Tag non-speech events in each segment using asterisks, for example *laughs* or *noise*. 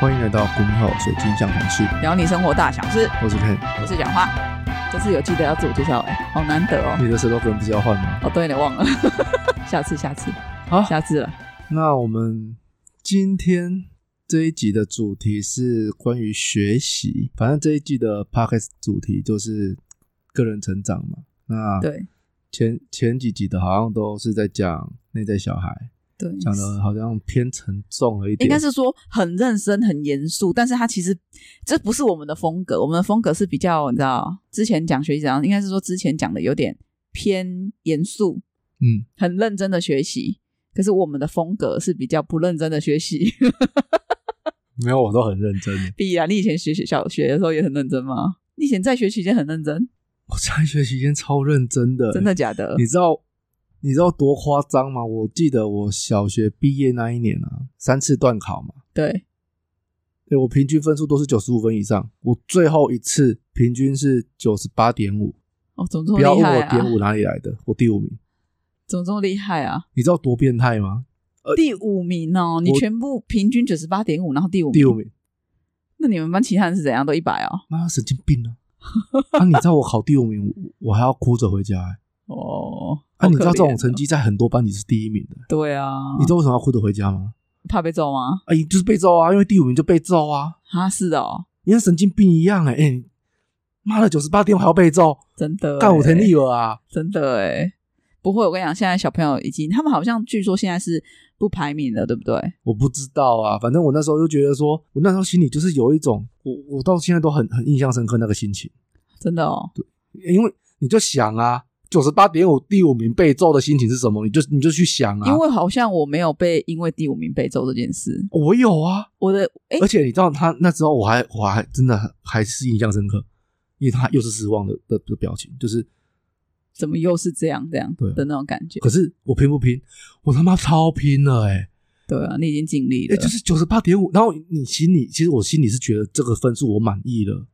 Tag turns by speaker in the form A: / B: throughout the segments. A: 欢迎来到古米号水晶象谈室，
B: 聊你生活大小事，
A: 我是 Ken。
B: 我是讲话。这次有记得要自我介绍哎、好难得哦。
A: 你的 slogan 不是要换吗？
B: 哦，对了，忘了， *laughs* 下次，下次，
A: 好，
B: 下次了。
A: 那我们今天这一集的主题是关于学习，反正这一季的 podcast 主题就是个人成长嘛。那
B: 对
A: 前前几集的好像都是在讲内在小孩，
B: 对，
A: 讲的好像偏沉重了一点，
B: 应该是说很认真、很严肃，但是它其实这不是我们的风格，我们的风格是比较你知道，之前讲学习怎样，应该是说之前讲的有点偏严肃，
A: 嗯，
B: 很认真的学习。可是我们的风格是比较不认真的学习， *laughs*
A: 没有，我都很认真的。
B: 必然。你以前学学小学的时候也很认真吗？你以前在学期间很认真，
A: 我在学期间超认真的，欸
B: 真的假的？
A: 你知道你知道多夸张吗？我记得我小学毕业那一年啊，三次段考嘛，
B: 对，
A: 对我平均分数都是九十五分以上，我最后一次平均是九十八点五，
B: 哦，怎么
A: 不
B: 这
A: 要
B: 么
A: 问
B: 厉害
A: 我
B: 啊
A: 点？五哪里来的，我第五名。
B: 怎么这么厉害啊？
A: 你知道多变态吗？
B: 第五名哦，你
A: 我
B: 全部平均九十八点五，然后第五名，
A: 第五名，
B: 那你们班其他人是怎样？都一百哦。
A: 妈神经病
B: *laughs*
A: 啊！啊，你知道我考第五名，我我还要哭着回家、欸。
B: 哦，
A: 啊，
B: 好
A: 你知道
B: 可
A: 这
B: 怜
A: 种成
B: 哦？
A: 绩在很多班里是第一名的，
B: 对啊，
A: 你知道为什么要哭着回家吗？
B: 怕被揍吗？
A: 啊，你就是被揍啊，因为第五名就被揍啊，
B: 啊，是的哦，
A: 你跟神经病一样哎、欸！欸妈的，九十八点我还要被揍，
B: 真的欸，
A: 干我田立了啊！
B: 真的哎，不会，我跟你讲，现在小朋友已经，他们好像据说现在是不排名了，对不对？
A: 我不知道啊，反正我那时候就觉得说，我那时候心里就是有一种，我我到现在都很很印象深刻那个心情，
B: 真的哦，
A: 因为你就想啊，九十八点五第五名被揍的心情是什么？你就你就去想啊，
B: 因为好像我没有被因为第五名被揍这件事，
A: 我有啊，
B: 我的哎
A: 而且你知道他那时候我还我还真的还是印象深刻，因为他又是失望的的的表情，就是
B: 怎么又是这样这样
A: 对啊
B: 的那种感觉？
A: 可是我拼不拼？我他妈超拼了哎、欸
B: 对啊，你已经尽力
A: 哎、
B: 了，
A: 就是九十八点五，然后你心里其实我心里是觉得这个分数我满意了。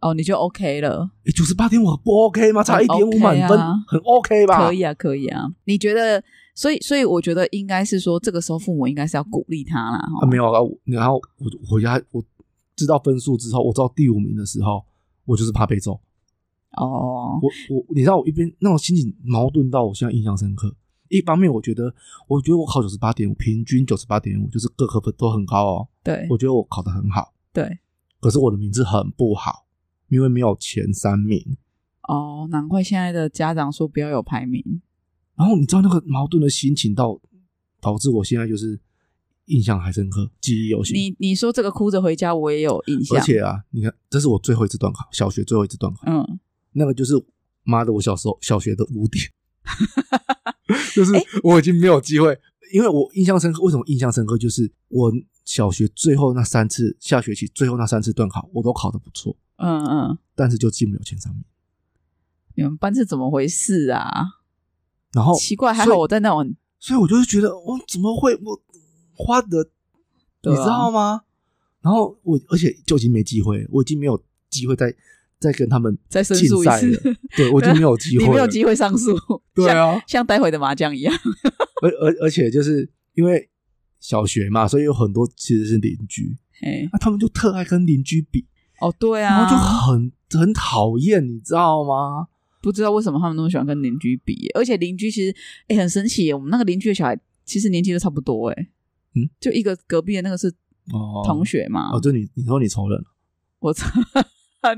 B: 哦，你就 OK 了。
A: 哎，九十八点五不 OK 吗？差一
B: 很
A: 点五
B: OK
A: 满分，
B: 啊
A: 很 OK 吧？
B: 可以啊，可以啊。你觉得？所以，所以我觉得应该是说，这个时候父母应该是要鼓励他啦。
A: 啊，
B: 齁
A: 没有啊，我然后我我回家我知道分数之后，我知道第五名的时候，我就是怕被揍。
B: 哦，
A: 我我你知道我一边那种心情矛盾到我现在印象深刻。一方面我觉得，我觉得我考九十八点五，平均九十八点五，就是各科分都很高哦。
B: 对
A: 我觉得我考得很好，
B: 对，
A: 可是我的名字很不好，因为没有前三名。
B: 哦，难怪现在的家长说不要有排名。
A: 然后你知道那个矛盾的心情到导致我现在就是印象还深刻，记忆犹新。
B: 你你说这个哭着回家，我也有印象。
A: 而且啊，你看，这是我最后一次段考，小学最后一次段考，
B: 嗯，
A: 那个就是妈的，我小时候小学的污点， *laughs* 就是
B: 诶
A: 我已经没有机会，因为我印象深刻。为什么印象深刻？就是我小学最后那三次下学期最后那三次段考，我都考得不错，
B: 嗯嗯，
A: 但是就进不了前三名。
B: 你们班是怎么回事啊？
A: 然后，
B: 奇怪，还
A: 哦所以
B: 好我在那种
A: 所以我就是觉得，我怎么会我花的，
B: 对
A: 你
B: 啊
A: 知道吗？然后我而且就已经没机会，我已经没有机会再再跟他们
B: 再申
A: 竞
B: 诉一
A: 赛
B: 次
A: 了。对，我已经没有机会
B: *laughs* 你
A: 了，
B: 没有机会上诉，
A: 对
B: 像
A: 啊，
B: 像待会的麻将一样。
A: 而而而且就是因为小学嘛，所以有很多其实是邻居，
B: 哎，
A: 那、他们就特爱跟邻居比，
B: 哦，对
A: 然后就
B: 啊，
A: 很很讨厌，你知道吗？
B: 不知道为什么他们那么喜欢跟邻居比耶，而且邻居其实哎、很神奇耶，我们那个邻居的小孩其实年纪都差不多哎，
A: 嗯，
B: 就一个隔壁的那个是
A: 哦
B: 同学嘛，
A: 哦，就你你说你仇人，
B: 啊我操， *laughs*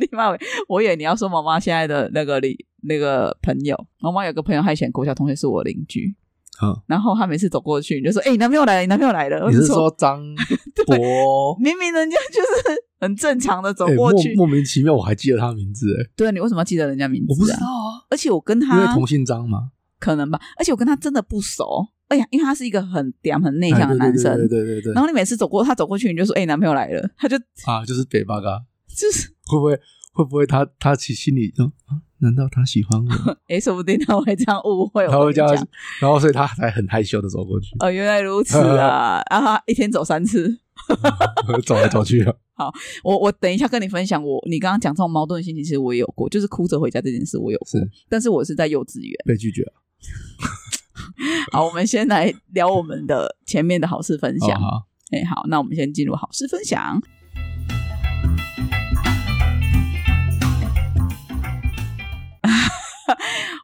B: 你妈喂！我以为你要说妈妈现在的那个邻那个朋友，妈妈有个朋友，她以前国小同学是我邻居，
A: 嗯，
B: 然后她每次走过去，你就说：“哎、你男朋友来了，你男朋友来了。”我
A: 你
B: 就是
A: 说
B: *laughs*
A: 张博？
B: 明明人家就是很正常的走
A: 哎
B: 过
A: 莫
B: 去，
A: 莫名其妙，我还记得他名字哎、
B: 对啊，你为什么要记得人家名字、啊？
A: 我不知道啊，
B: 而且我跟
A: 因为
B: 他
A: 同姓张嘛，
B: 可能吧，而且我跟他真的不熟。哎呀，因为他是一个很嗲、很内向的
A: 哎
B: 男生，
A: 对对对对对对
B: 然后你每次走过他走过去，你就说：“哎、你男朋友来了。”他就
A: 啊，就是北巴嘎，
B: 就是 *laughs*
A: 会不会会不会他他其心里嗯啊？难道他喜欢
B: *laughs*
A: 我？
B: 哎、说不定他会这样误会我。
A: 他会这
B: 跟你讲
A: 样，然后所以他才很害羞的走过去，
B: 哦，原来如
A: *laughs*
B: 此啊！啊哈，一天走三次。
A: 走来走
B: *laughs*
A: 去啊。
B: 我我等一下跟你分享我，你刚刚讲这种矛盾的心情，其实我也有过，就是哭着回家这件事我有过，
A: 是
B: 但是我是在幼稚园。
A: 被拒绝了。
B: 好，我们先来聊我们的前面的好事分享。
A: 哦好
B: 哎、好，那我们先进入好事分享。 *laughs*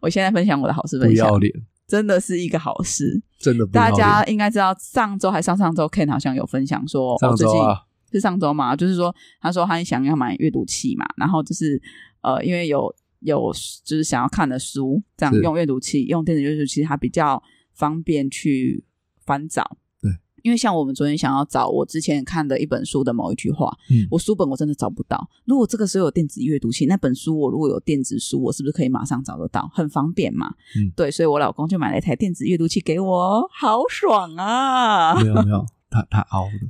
B: 我现在分享我的好事
A: 不
B: 分享
A: 要，脸，
B: 真的是一个好事。
A: 真的不要
B: 大
A: 脸。
B: 家应该知道，上周还上上周，Ken 好像有分享说，
A: 上
B: 哦、最
A: 周
B: 近
A: 啊，
B: 是上周嘛，就是说他说他想要买阅读器嘛，然后就是呃，因为有有就是想要看的书，这样
A: 是
B: 用阅读器，用电子阅读器，它比较方便去翻找。
A: 对，
B: 因为像我们昨天想要找我之前看的一本书的某一句话，
A: 嗯
B: 我书本我真的找不到。如果这个时候有电子阅读器，那本书我如果有电子书，我是不是可以马上找得到？很方便嘛。
A: 嗯
B: 对，所以我老公就买了一台电子阅读器给我，好爽啊！
A: 没有没有，他他凹的，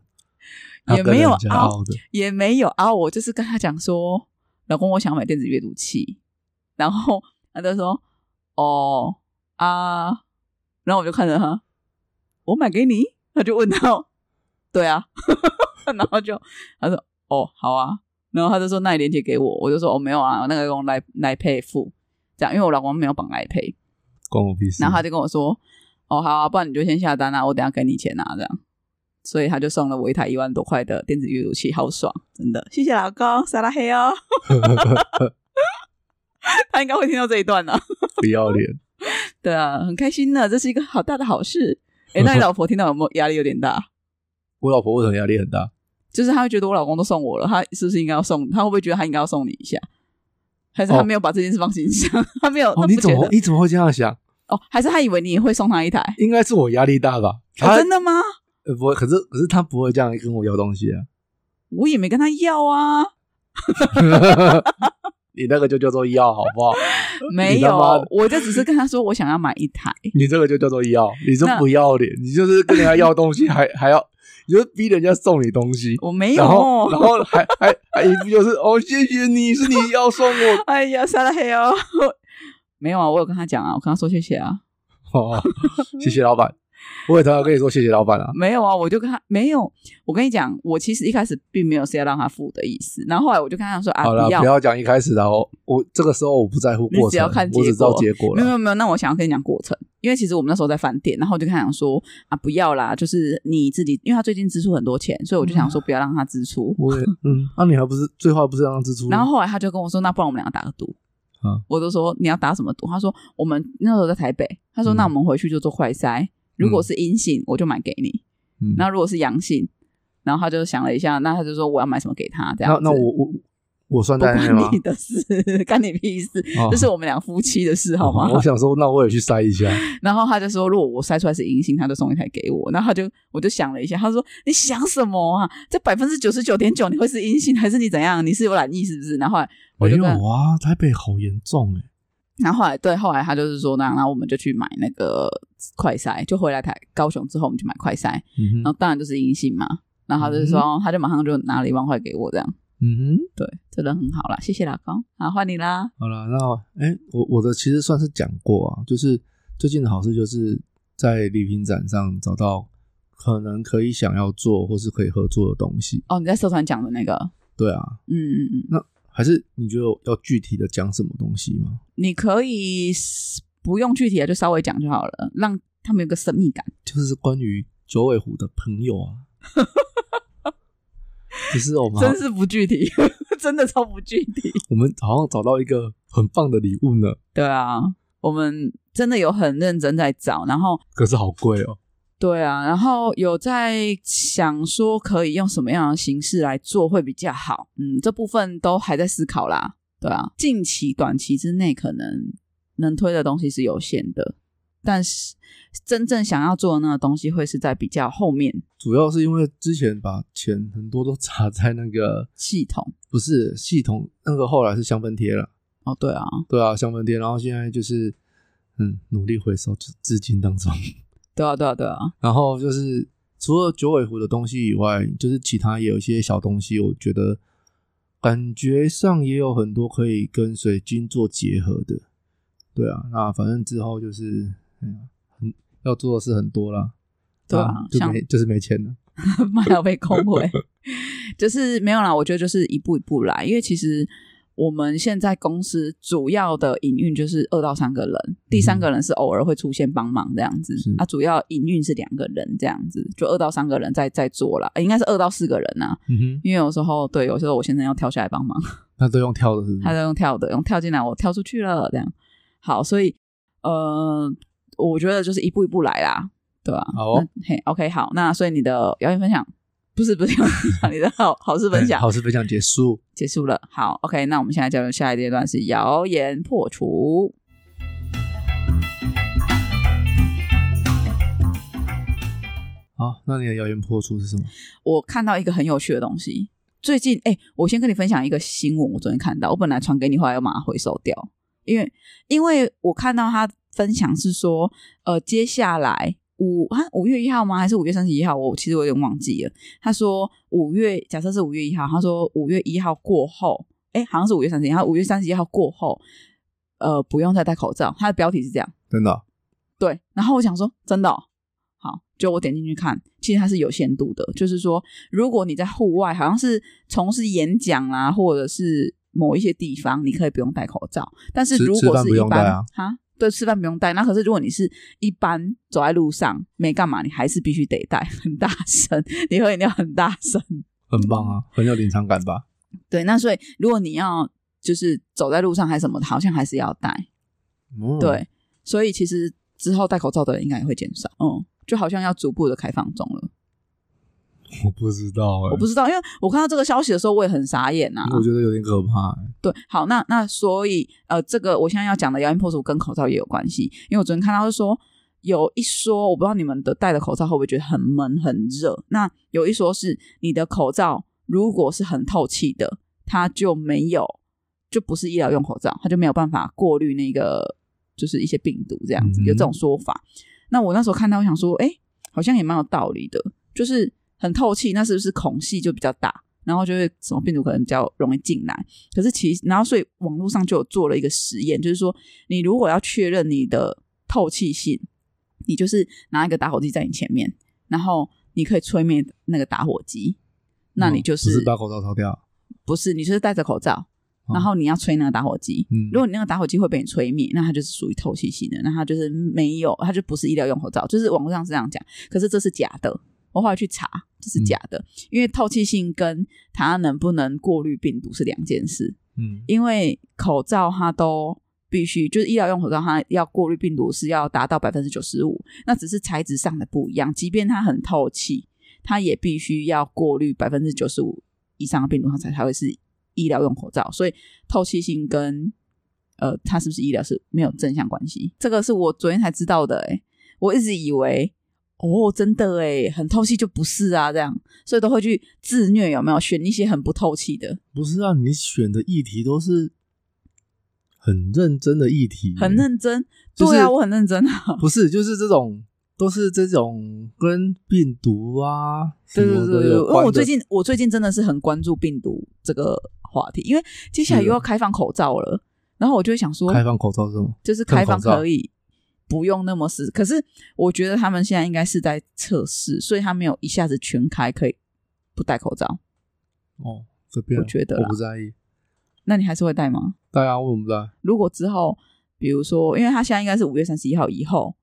A: 他
B: 也
A: 跟
B: 没有
A: 人家
B: 凹
A: 凹的，
B: 也没有啊，我就是跟他讲说，老公，我想买电子阅读器，然后他就说，哦啊，然后我就看着他，我买给你，他就问到，对啊， *laughs* 然后就他说，哦，好啊，然后他就说，那你链接给我，我就说，哦，没有啊，那个用来来配付，这样，因为我老公没有绑来配，
A: 关我屁事。
B: 然后他就跟我说，哦，好啊，不然你就先下单啊，我等一下给你钱啊，这样。所以他就送了我一台一万多块的电子阅读器，好爽，真的，谢谢老公，撒拉黑哦。 *laughs* 他应该会听到这一段呢、啊
A: 不要脸，
B: 对啊，很开心呢，这是一个好大的好事。诶，那你老婆听到有没有压力有点大？
A: 我老婆为什么压力很大？
B: 就是她会觉得我老公都送我了，她是不是应该要送？她会不会觉得她应该要送你一下？还是她
A: 哦
B: 没有把这件事放心上？ *laughs* 她没有，她
A: 哦，
B: 不
A: 你怎
B: 觉
A: 么
B: 得
A: 你怎么会这样想？
B: 哦？还是她以为你也会送她一台？
A: 应该是我压力大吧？
B: 哦，
A: 他
B: 真的吗？
A: 呃不会，可是可是他不会这样跟我要东西啊。
B: 我也没跟她要啊。
A: 你那个就叫做要，好不好？
B: *laughs*
A: *laughs*
B: 没
A: 你他妈的
B: 有，我就只是跟他说我想要买一台，
A: 你这个就叫做要，你这
B: 那
A: 不要脸，你就是跟人家要
B: *laughs*
A: 东西还还要，你就是逼人家送你东西，
B: 我没
A: 然后然
B: 有。哦
A: 后还还还一副就是哦，谢谢你是你要送我
B: 哎呀，撒拉黑哦！ *laughs* 没有啊，我有跟他讲啊，我跟他说谢谢啊。 *laughs*
A: 哦，谢谢老板，我也常常跟你说谢谢老板啊，
B: 没有啊，我就跟他没有。我跟你讲，我其实一开始并没有是要让他付的意思，然后后来我就跟他讲说啊，
A: 好啦，
B: 要，
A: 不要讲一开始的哦，我这个时候我不在乎
B: 你
A: 过
B: 只
A: 程
B: 要看，
A: 我
B: 结
A: 只知道
B: 果
A: 结果
B: 没有没
A: 了。
B: 有没有。那我想要跟你讲过程，因为其实我们那时候在饭店，然后我就跟他讲说啊，不要啦，就是你自己，因为他最近支出很多钱，所以我就想
A: 嗯
B: 说不要让他支出。
A: 我
B: *laughs*
A: 也嗯，那你还不是最后还不是让他支出？
B: 然后后来他就跟我说，那不然我们两个打个赌。
A: 嗯啊
B: 我就说你要打什么赌？他说我们那时候在台北，他说
A: 嗯
B: 那我们回去就做快筛，如果是阴性我就买给你，
A: 嗯
B: 那如果是阳性，然后他就想了一下，那他就说我要买什么给他这样
A: 那
B: 子。
A: 那我我我算
B: 不
A: 在内吗
B: 关？你的事， *laughs* 干你屁事，
A: 哦
B: 这是我们俩夫妻的事好吗？
A: 我想说，那我也去筛一下。
B: *laughs* 然后他就说，如果我筛出来是阴性，他就送一台给我。然后他就我就想了一下，他说你想什么啊？这百分之九十九点九你会是阴性，还是你怎样？你是有染疫是不是？然后后来 *laughs* 我
A: 没
B: 就
A: 有
B: 跟他
A: 啊，台北好严重哎、
B: 然后后来对，后来他就是说那样，然后我们就去买那个快筛，就回来台高雄之后，我们去买快筛，
A: 嗯
B: 然后
A: 哼，
B: 当然就是阴性嘛。然后他就说，哦他就马上就拿了一万块给我，这样
A: 嗯哼，
B: 对，真的很好啦，谢谢老公，好换你啦。
A: 好了，那哎、我我的其实算是讲过啊，就是最近的好事就是在礼品展上找到可能可以想要做或是可以合作的东西。
B: 哦，你在社团讲的那个，
A: 对啊，
B: 嗯嗯嗯，
A: 还是你觉得要具体的讲什么东西吗？
B: 你可以 s- 不用具体的，就稍微讲就好了，让他们有个神秘感。
A: 就是关于九尾狐的朋友
B: *laughs*
A: 啊。只是我们好
B: 真是不具体， *laughs* 真的超不具体。
A: 我们好像找到一个很棒的礼物呢，
B: 对啊，我们真的有很认真在找，然后
A: 可是好贵哦。
B: 对啊，然后有在想说可以用什么样的形式来做会比较好，嗯，这部分都还在思考啦。对啊，近期短期之内可能能推的东西是有限的，但是真正想要做的那个东西会是在比较后面
A: 主要是因为之前把钱很多都砸在那个
B: 系统。
A: 不是系统，那个后来是香氛贴了，
B: 哦，对啊，
A: 对啊，香氛贴，然后现在就是嗯努力回收至至今当中，
B: 对啊，对啊，对啊，
A: 然后就是除了九尾狐的东西以外，就是其他也有一些小东西，我觉得感觉上也有很多可以跟水晶做结合的，对啊，那反正之后就是嗯很要做的事很多啦，
B: 对啊
A: 就
B: 像
A: 没就是没钱了，
B: *laughs* 妈要被控回，就是没有啦。我觉得就是一步一步来，因为其实我们现在公司主要的营运就是二到三个人，第三个人是偶尔会出现帮忙这样子
A: 是，
B: 啊，主要营运是两个人这样子，就二到三个人在在做啦，呃应该是二到四个人呐、啊，
A: 嗯哼，
B: 因为有时候对，有时候我先生要跳下来帮忙，
A: 那都用跳的是不是
B: 他？在用跳的，用跳进来，我跳出去了这样。好，所以呃，我觉得就是一步一步来啦，对吧、
A: 好哦
B: 那嗯嘿，OK，好，那所以你的谣言分享不是不 *laughs* 是谣言分享，你的好好事分
A: *laughs*
B: 享
A: 哎好事分享结束。
B: 结束了。好，OK，那我们现在进入下一阶段是谣言破除。
A: 好，那你的谣言破除是什么？
B: 我看到一个很有趣的东西，最近哎、我先跟你分享一个新闻，我昨天看到，我本来传给你，后来又马上回收掉，因为因为我看到他分享是说，呃，接下来五啊五月一号吗？还是五月三十一号？我其实我有点忘记了。他说五月，假设是五月一号，他说五月一号过后，哎、好像是五月三十一号，五月三十一号过后，呃，不用再戴口罩。他的标题是这样。
A: 真的哦、
B: 对，然后我想说，真的哦、好，就我点进去看，其实它是有限度的，就是说，如果你在户外，好像是从事演讲啦、或者是某一些地方，你可以不用戴口罩。但是
A: 吃
B: 如
A: 吃
B: 果
A: 饭
B: 是
A: 不
B: 一
A: 用戴
B: 般
A: 啊
B: 哈对，吃饭不用戴。那可是如果你是一般走在路上没干嘛，你还是必须得戴，很大声，你喝饮料很大声。
A: 很棒
B: *laughs*
A: 啊，很有临场感吧？
B: 对，那所以如果你要就是走在路上还是什么的，好像还是要戴。
A: 嗯，
B: 对，所以其实之后戴口罩的人应该也会减少，嗯，就好像要逐步的开放中了。
A: 我不知道哎、
B: 我不知道，因为我看到这个消息的时候，我也很傻眼啊。
A: 我觉得有点可怕、欸。
B: 对，好，那那所以呃，这个我现在要讲的谣言破除跟口罩也有关系，因为我昨天看到是说有一说，我不知道你们的戴的口罩会不会觉得很闷很热，那有一说是你的口罩如果是很透气的，它就没有就不是医疗用口罩，它就没有办法过滤那个就是一些病毒这样
A: 嗯
B: 子，
A: 哼
B: 有这种说法。那我那时候看到，我想说，哎、好像也蛮有道理的，就是很透气，那是不是孔隙就比较大，然后就会什么病毒可能比较容易进来？可是其实，然后所以网络上就有做了一个实验，就是说，你如果要确认你的透气性，你就是拿一个打火机在你前面，然后你可以吹灭那个打火机，那你就
A: 嗯只是把口罩掏掉。
B: 不是，你就是戴着口罩，
A: 哦
B: 然后你要吹那个打火机。
A: 嗯
B: 如果你那个打火机会被你吹灭，那它就是属于透气性的，那它就是没有，它就不是医疗用口罩，就是网络上是这样讲，可是这是假的。我后来去查，这是假的，因为透气性跟它能不能过滤病毒是两件事。
A: 嗯，
B: 因为口罩它都必须就是医疗用口罩，它要过滤病毒是要达到百分之九十五，那只是材质上的不一样。即便它很透气，它也必须要过滤百分之九十五以上的病毒，它才才会是医疗用口罩。所以透气性跟呃，它是不是医疗是没有正向关系。这个是我昨天才知道的、欸，我一直以为。哦，真的哎，很透气就不是啊，这样，所以都会去自虐，有没有选一些很不透气的？
A: 不是啊，你选的议题都是很认真的议题、
B: 很认真。
A: 嗯就是
B: 对啊，我很认真啊。
A: *laughs* 不是，就是这种，都是这种跟病毒啊什
B: 对对
A: 么
B: 对对
A: 的
B: 对，
A: 有
B: 因为
A: 关
B: 我
A: 的
B: 最近我最近真的是很关注病毒这个话题，因为接下来
A: 是
B: 又要开放口罩了，然后我就会想说，
A: 开放口罩是吗？
B: 就是开放
A: 放口罩
B: 可以不用那么死，可是我觉得他们现在应该是在测试，所以他没有一下子全开可以不戴口罩。
A: 哦，这边
B: 我觉得啊啦
A: 我不在意，
B: 那你还是会戴吗？
A: 大家为什么不在？
B: 如果之后，比如说，因为他现在应该是五月三十一号以后，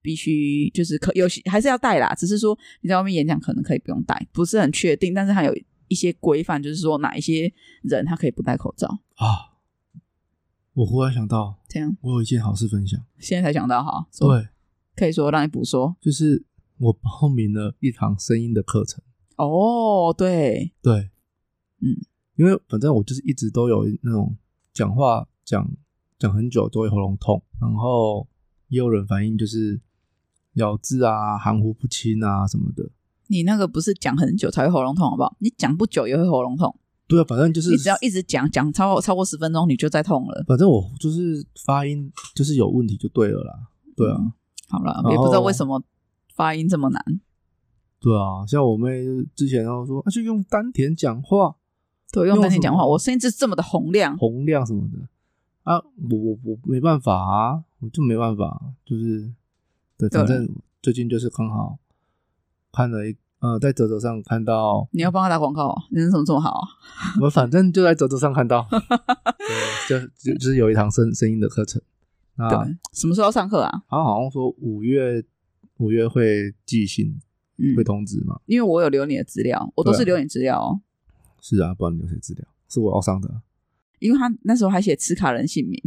B: 必须就是可有些还是要戴啦，只是说你在外面演讲可能可以不用戴，不是很确定，但是它有一些规范，就是说哪一些人他可以不戴口罩，
A: 啊，我忽然想到，
B: 这样
A: 我有一件好事分享。
B: 现在才想到哈，说，
A: 对，
B: 可以说让你补说
A: 就是我报名了一堂声音的课程。
B: 哦，对，
A: 对，
B: 嗯，
A: 因为反正我就是一直都有那种讲话讲讲很久都会喉咙痛，然后也有人反映就是咬字啊、含糊不清啊什么的。
B: 你那个不是讲很久才会喉咙痛好不好？你讲不久也会喉咙痛，
A: 对啊，反正就是
B: 你只要一直讲讲超过超过十分钟你就在痛了。
A: 反正我就是发音就是有问题就对了啦。对啊，
B: 嗯好了，
A: 后
B: 也不知道为什么发音这么难。
A: 对啊，像我妹就是之前然后说，啊，就用丹田讲话，
B: 对，用
A: 用
B: 丹田
A: 什
B: 讲话，
A: 么
B: 我声音是这么的洪亮，
A: 洪亮什么的啊，我我我没办法啊，我就没办法，啊就是对，
B: 对，
A: 反正最近就是刚好看了一呃，在折折上看到
B: 你要帮他打广告哦，人怎么这么好啊？
A: 我反正就在折折上看
B: *laughs*
A: 到，对，就就就是有一堂声声音的课程，那
B: 对，什么时候上课啊？
A: 他好像说五月五月会寄信
B: 嗯
A: 会，通知嘛，
B: 因为我有留你的资料，我都
A: 对啊
B: 是留你资料哦，
A: 是啊，不然你有谁资料是我要上的啊，
B: 因为他那时候还写持卡人姓名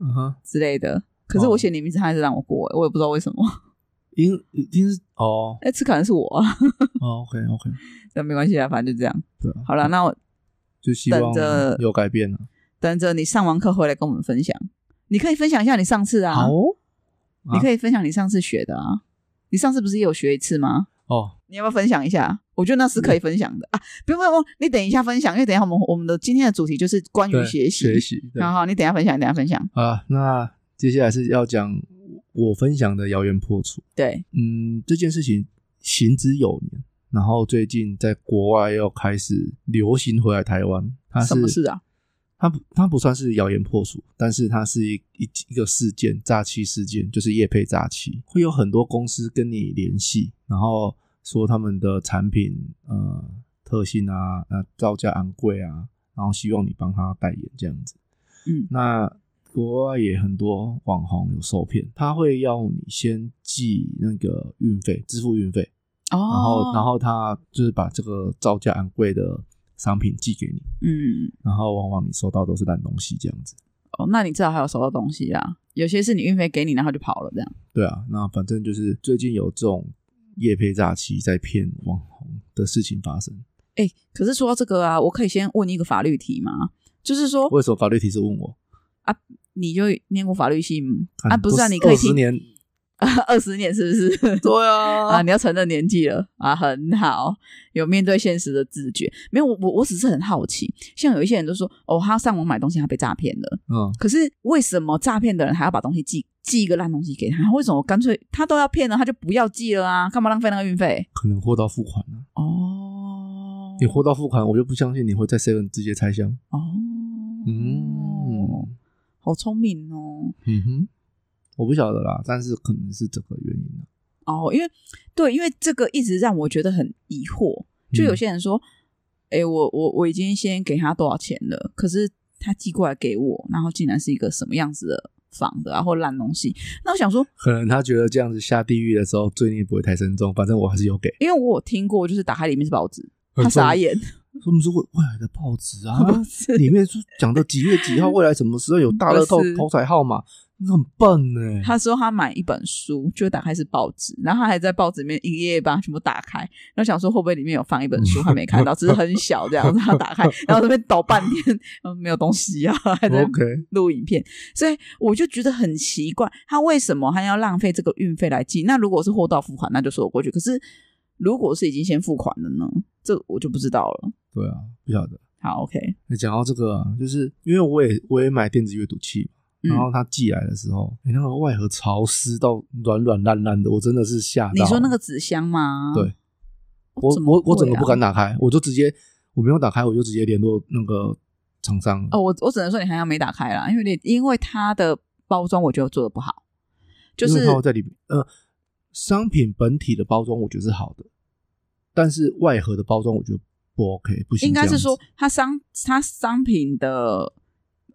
A: 嗯哼，
B: 之类的，可是
A: 哦
B: 我写你名字，他还是让我过、我也不知道为什么。 *laughs*
A: 因一定是哦
B: 哎、这可能是我、啊， *laughs*
A: 哦，OK OK，
B: 那没关系啊，反正就这样。
A: 对啊，
B: 好了，那我
A: 就希望
B: 等着
A: 有改变了。啊
B: 等着你上完课回来跟我们分享。你可以分享一下你上次啊，
A: 好啊
B: 你可以分享你上次学的啊。你上次不是也有学一次吗？
A: 哦，
B: 你要不要分享一下？我觉得那
A: 嗯
B: 是可以分享的啊！不用不用，不用你等一下分享，因为等一下我们我们的今天的主题就是关于
A: 对，
B: 学习。
A: 学习，对
B: 好好，你等一下分享，你等一下分享。
A: 啊，那接下来是要讲我分享的谣言破除。
B: 对，
A: 嗯，这件事情行之有年，然后最近在国外又开始流行回来台湾。它是
B: 什么事啊？
A: 它不它不算是谣言破除，但是它是一一一个事件，诈欺事件，就是业配诈欺，会有很多公司跟你联系，然后说他们的产品呃特性啊，呃造价昂贵啊，然后希望你帮他代言这样子。
B: 嗯
A: 那国外也很多网红有受骗，他会要你先寄那个运费，支付运费，
B: 哦，
A: 然后、然后他就是把这个造价昂贵的商品寄给你，
B: 嗯，
A: 然后往往你收到都是烂东西这样子。
B: 哦，那你至少还有收到东西啊。有些是你运费给你，然后就跑了这样。
A: 对啊，那反正就是最近有这种夜配诈欺在骗网红的事情发生。
B: 哎、可是说到这个啊，我可以先问一个法律题吗？就是说，
A: 为什么法律提示问我？
B: 你就念过法律系吗啊？
A: 看
B: 不是啊，
A: 都
B: 你可以
A: 20
B: 听
A: 年，
B: *laughs* 二十年是不
A: *laughs*
B: 是？
A: 对
B: 啊，
A: 啊，
B: 你要承认年纪了啊，很好，有面对现实的自觉。没有，我我我只是很好奇，像有一些人就说，哦，他上网买东西，他被诈骗了。
A: 嗯，
B: 可是为什么诈骗的人还要把东西寄寄一个烂东西给他？为什么干脆他都要骗了，他就不要寄了啊？干嘛浪费那个运费？
A: 可能货到付款啊。
B: 哦，
A: 你货到付款，我就不相信你会在 Seven 直接拆箱。
B: 哦，
A: 嗯
B: 好聪明哦。
A: 嗯哼，我不晓得啦，但是可能是这个原因啊
B: 哦，因为对，因为这个一直让我觉得很疑惑。
A: 嗯
B: 就有些人说，哎、我我我已经先给他多少钱了，可是他寄过来给我，然后竟然是一个什么样子的仿的啊，或烂东西。那我想说，
A: 可能他觉得这样子下地狱的时候罪孽不会太深重，反正我还是有给。
B: 因为我有听过，就是打开里面是报纸，
A: 很
B: 他傻
A: 重 *laughs*
B: 眼，
A: 他们是未未来的报纸啊， *laughs*
B: 不是
A: 里面是讲的几月几号，未来什么时候有大乐透
B: *laughs* 不是
A: 头彩号码，那很笨呢、
B: *laughs* 他说他买一本书，就打开是报纸，然后他还在报纸里面一页把它全部打开，然后想说会不会里面有放一
A: *laughs*
B: 本书，他没看到，只是很小这样子，他 *laughs* 打开，然后这边抖半天，嗯，没有东西啊，还在
A: OK，
B: 录影片，所以我就觉得很奇怪，他为什么还要浪费这个运费来寄？那如果是货到付款，那就说得过去，可是如果是已经先付款了呢？这我就不知道了。
A: 对啊，不晓得。
B: 好，OK，
A: 那讲到这个、啊，就是因为我也我也买电子阅读器嘛，
B: 嗯
A: 然，后它寄来的时候，你、那个外盒潮湿到软软烂烂的，我真的是吓到。
B: 你说那个纸箱吗？
A: 对
B: 我
A: 我
B: 怎么
A: 我
B: 会啊
A: 我整个不敢打开，我就直接我没有打开，我就直接联络那个厂商了。
B: 哦，我我只能说你还要没打开啦，因为你因为它的包装我觉得做的不好，就
A: 因为
B: 是
A: 它会在里面。呃，商品本体的包装我觉得是好的，但是外盒的包装我觉得不 OK，不行。
B: 应该
A: 这
B: 是
A: 样子
B: 说它商它商品的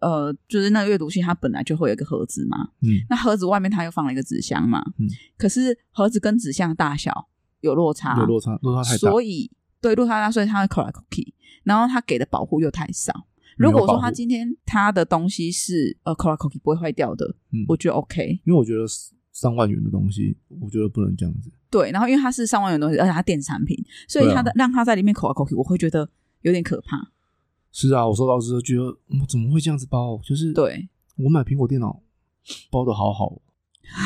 B: 呃，就是那个阅读器它本来就会有一个盒子嘛，
A: 嗯，
B: 那盒子外面它又放了一个纸箱嘛，
A: 嗯
B: 可是盒子跟纸箱的大小有落差，
A: 有落差，落差太大。
B: 啊所以对落差大，所以它会 c o l l cookie，然后它给的保护又太少。如果
A: 没有保
B: 说
A: 护
B: 它今天它的东西是呃 c o l l cookie 不会坏掉的，
A: 嗯
B: 我觉得 OK。
A: 因为我觉得上万元的东西，我觉得不能这样子。
B: 对，然后因为它是上万元的东西，而且它电子产品，所以
A: 对啊
B: 它的、让它在里面口啊口气，我会觉得有点可怕。
A: 是啊，我收到之后觉得，我怎么会这样子包？就是
B: 对，
A: 我买苹果电脑包的好好哦，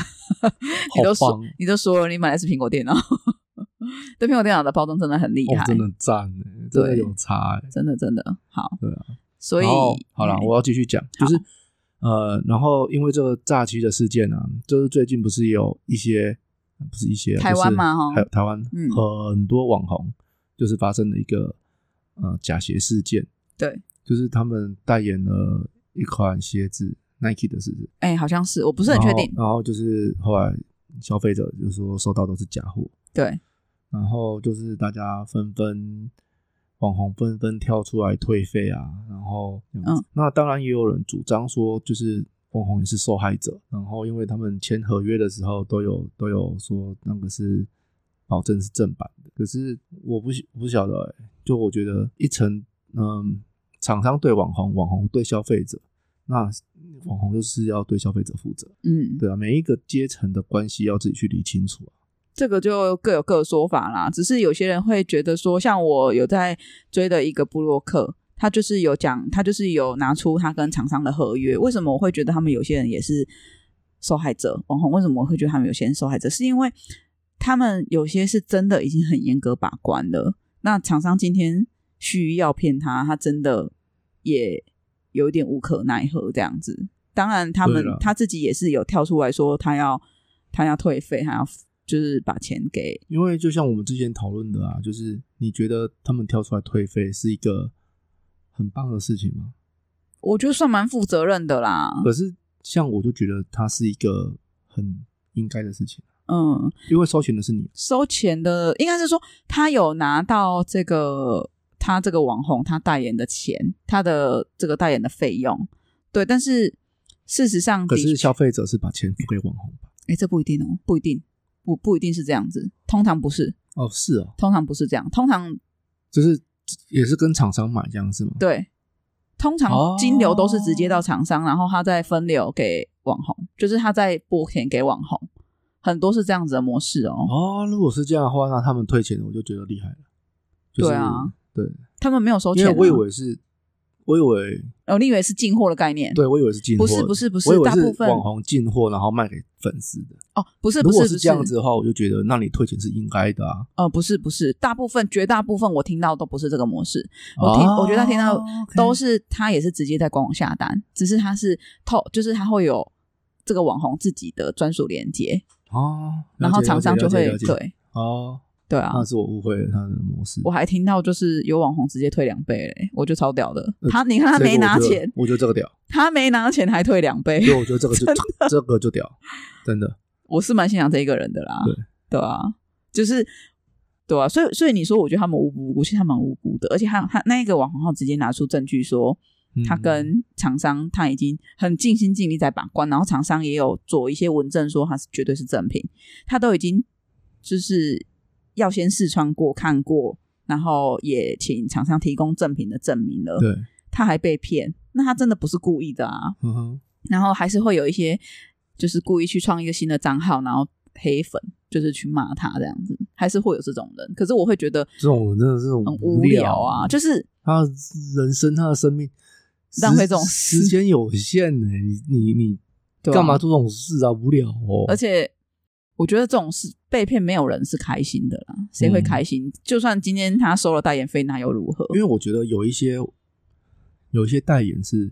B: *laughs* 你都
A: 好
B: 说
A: 棒哦
B: 你都说了，你买的是苹果电脑，对，苹果电脑的包装真的很厉害，
A: 哦，真的赞欸真的
B: 对
A: 有差欸
B: 真的真的好。
A: 对
B: 啊，所以
A: 然后好了，
B: 嗯
A: 我要继续讲，就是呃，然后因为这个诈欺的事件啊，就是最近不是有一些不是一些啊
B: 台湾嘛
A: 就是
B: 齁
A: 还有台湾
B: 嗯
A: 很多网红就是发生了一个呃假鞋事件，
B: 对，
A: 就是他们代言了一款鞋子 Nike 的，是不是？
B: 哎、好像是，我不是很确定。
A: 然后。然后就是后来消费者就说收到都是假货，
B: 对，
A: 然后就是大家纷纷网红纷纷跳出来退费啊，然后这样子
B: 嗯
A: 那当然也有人主张说，就是网红也是受害者，然后因为他们签合约的时候都有都有说那个是保证是正版的，可是我不我不晓得、欸，就我觉得一层嗯，厂商对网红，网红对消费者，那网红就是要对消费者负责，
B: 嗯，
A: 对啊，每一个阶层的关系要自己去理清楚啊。
B: 这个就各有各的说法啦。只是有些人会觉得说，像我有在追的一个布洛克，他就是有讲，他就是有拿出他跟厂商的合约。为什么我会觉得他们有些人也是受害者？网红为什么我会觉得他们有些人受害者？是因为他们有些是真的已经很严格把关了。那厂商今天需要骗他，他真的也有一点无可奈何这样子。当然，他们
A: 对啦
B: 他自己也是有跳出来说，他要他要退费，他要就是把钱给
A: 因为就像我们之前讨论的啊，就是你觉得他们跳出来退费是一个很棒的事情吗？
B: 我觉得算蛮负责任的啦。
A: 可是像我就觉得它是一个很应该的事情，啊
B: 嗯，
A: 因为收钱的是你，
B: 收钱的应该是说他有拿到这个他这个网红他代言的钱，他的这个代言的费用，对。但是事实上
A: 啊可
B: 的确，
A: 是消费者是把钱付给网红吧？
B: 哎，这不一定哦，不一定，不不一定是这样子，通常不是，
A: 哦，是哦，
B: 通常不是这样，通常
A: 就是也是跟厂商买这样是吗？
B: 对，通常
A: 哦
B: 金流都是直接到厂商，然后他再分流给网红，就是他在拨钱给网红，很多是这样子的模式哦。
A: 哦，如果是这样的话，那他们退钱我就觉得厉害了。就是、
B: 对啊，
A: 对，
B: 他们没有收
A: 因
B: 钱、啊，
A: 为我以为是，我以为，
B: 哦，你以为是进货的概念？
A: 对我以为是进货
B: 不
A: 的，
B: 是不是不是
A: 我以为
B: 大部
A: 是
B: 分
A: 网红进货然后卖给粉丝的。
B: 哦，不是
A: 如
B: 不
A: 果
B: 是
A: 是这样子，的话，我就觉得那你退钱是应该的啊。
B: 呃，不是不是，大部分绝大部分我听到都不是这个模式，我
A: 啊
B: 听我觉得他听到都
A: 是
B: 是他也是直接在官网下单，只是他是透，就是他会有这个网红自己的专属链接，
A: 哦，了解
B: 然后厂商就会
A: 了解了解
B: 对
A: 哦，
B: 对啊
A: 那，是我误会了他的模式
B: 我。还听到就是有网红直接退两倍嘞，我就超屌的
A: 呃，
B: 他你看他
A: 这个
B: 没拿
A: 我觉得
B: 钱，
A: 我觉得这个
B: *laughs*
A: 屌，
B: 他没拿钱还退两倍
A: 所，以我觉得这个就这个就屌，真的。
B: 我是蛮欣赏这一个人的啦，
A: 对
B: 对啊，就是对啊，所以所以你说，我觉得他们无辜不辜，其实他蛮无辜的，而且他他那一个网红号直接拿出证据说，
A: 嗯
B: 他跟厂商他已经很尽心尽力在把关，然后厂商也有做一些文证说他是绝对是正品，他都已经就是要先试穿过看过，然后也请厂商提供正品的证明了，
A: 对，
B: 他还被骗，那他真的不是故意的啊，
A: 嗯哼，
B: 然后还是会有一些就是故意去创一个新的账号，然后黑粉就是去骂他这样子，还是会有这种人。可是我会觉得
A: 这种人真的是种
B: 很无聊啊，
A: 就
B: 就是
A: 他的人生他的生命
B: 浪费
A: 时
B: 这种
A: 时
B: 事
A: 间有限呢，你你你
B: 对啊
A: 干嘛做这种事啊？无聊哦，
B: 而且我觉得这种事被骗，没有人是开心的啦，谁会开心？就算今天他收了代言费，那又如何？
A: 嗯因为我觉得有一些有一些代言是，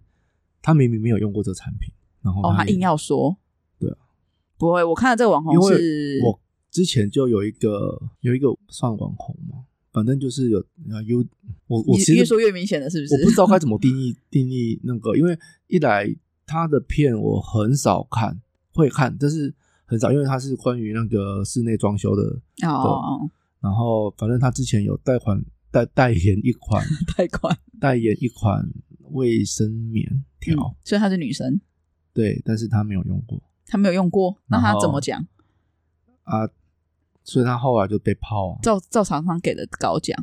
A: 他明明没有用过这产品，然后
B: 哦，他
A: 也
B: 硬要说，
A: 对啊，
B: 不会，我看到这个网
A: 因
B: 红
A: 为
B: 是，
A: 我之前就有一个有一个算网红嘛，反正就是有啊 U，我我
B: 你
A: 其实
B: 越说越明显了是不是
A: 我不知道该怎
B: *laughs*
A: 么定义定义那个，因为一来他的片我很少看，会看，但是很少，因为他是关于那个室内装修的，
B: 哦，
A: 然后反正他之前有贷款代代言一
B: *laughs*
A: 款
B: 太快，
A: 代言一款卫生棉条，
B: 嗯所以她是女生，
A: 对，但是他没有用过
B: 她没有用过，那
A: 然
B: 她
A: 后
B: 怎么讲？
A: 啊，所以他后来就被泡啊，
B: 照照厂商给的高奖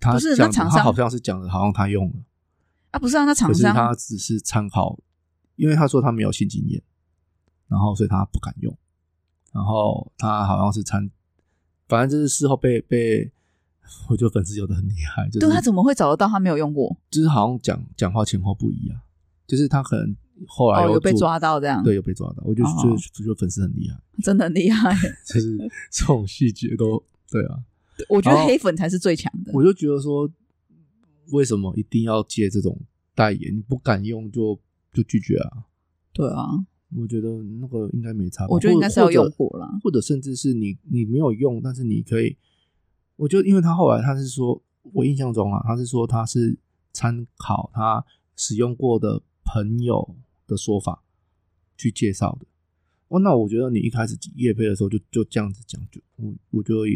A: 他
B: 不是那
A: 讲的
B: 厂
A: 他
B: 商
A: 好像是讲的，好像他用了。
B: 啊，不是啊，那厂
A: 可是
B: 商
A: 他只是参考，因为他说他没有性经验，然后所以他不敢用，然后他好像是参，反正就是事后被被，我觉得粉丝有的很厉害，就是
B: 对他怎么会找得到他没有用过？
A: 就是好像讲讲话前后不一样，就是他可能后来
B: 哦，有被
A: 做
B: 抓，到这样，
A: 对，，有被抓到，我就
B: 哦
A: 觉得觉得粉丝很厉害，
B: 真的很厉害。 *laughs*
A: 就是这种细节都对啊，
B: 我觉
A: 然
B: 得
A: 后
B: 黑粉才是最强的。
A: 我就觉得说，为什么一定要借这种代言？你不敢用就就拒绝啊。
B: 对啊，
A: 我觉得那个应该没差吧，
B: 我觉得应该是要用过啦
A: 或者或者甚至是你你没有用，但是你可以，我觉得因为他后来他是说，我印象中啊，他是说他是参考他使用过的朋友的说法去介绍的。哦，那我觉得你一开始夜配的时候就就这样子讲，就我我觉得也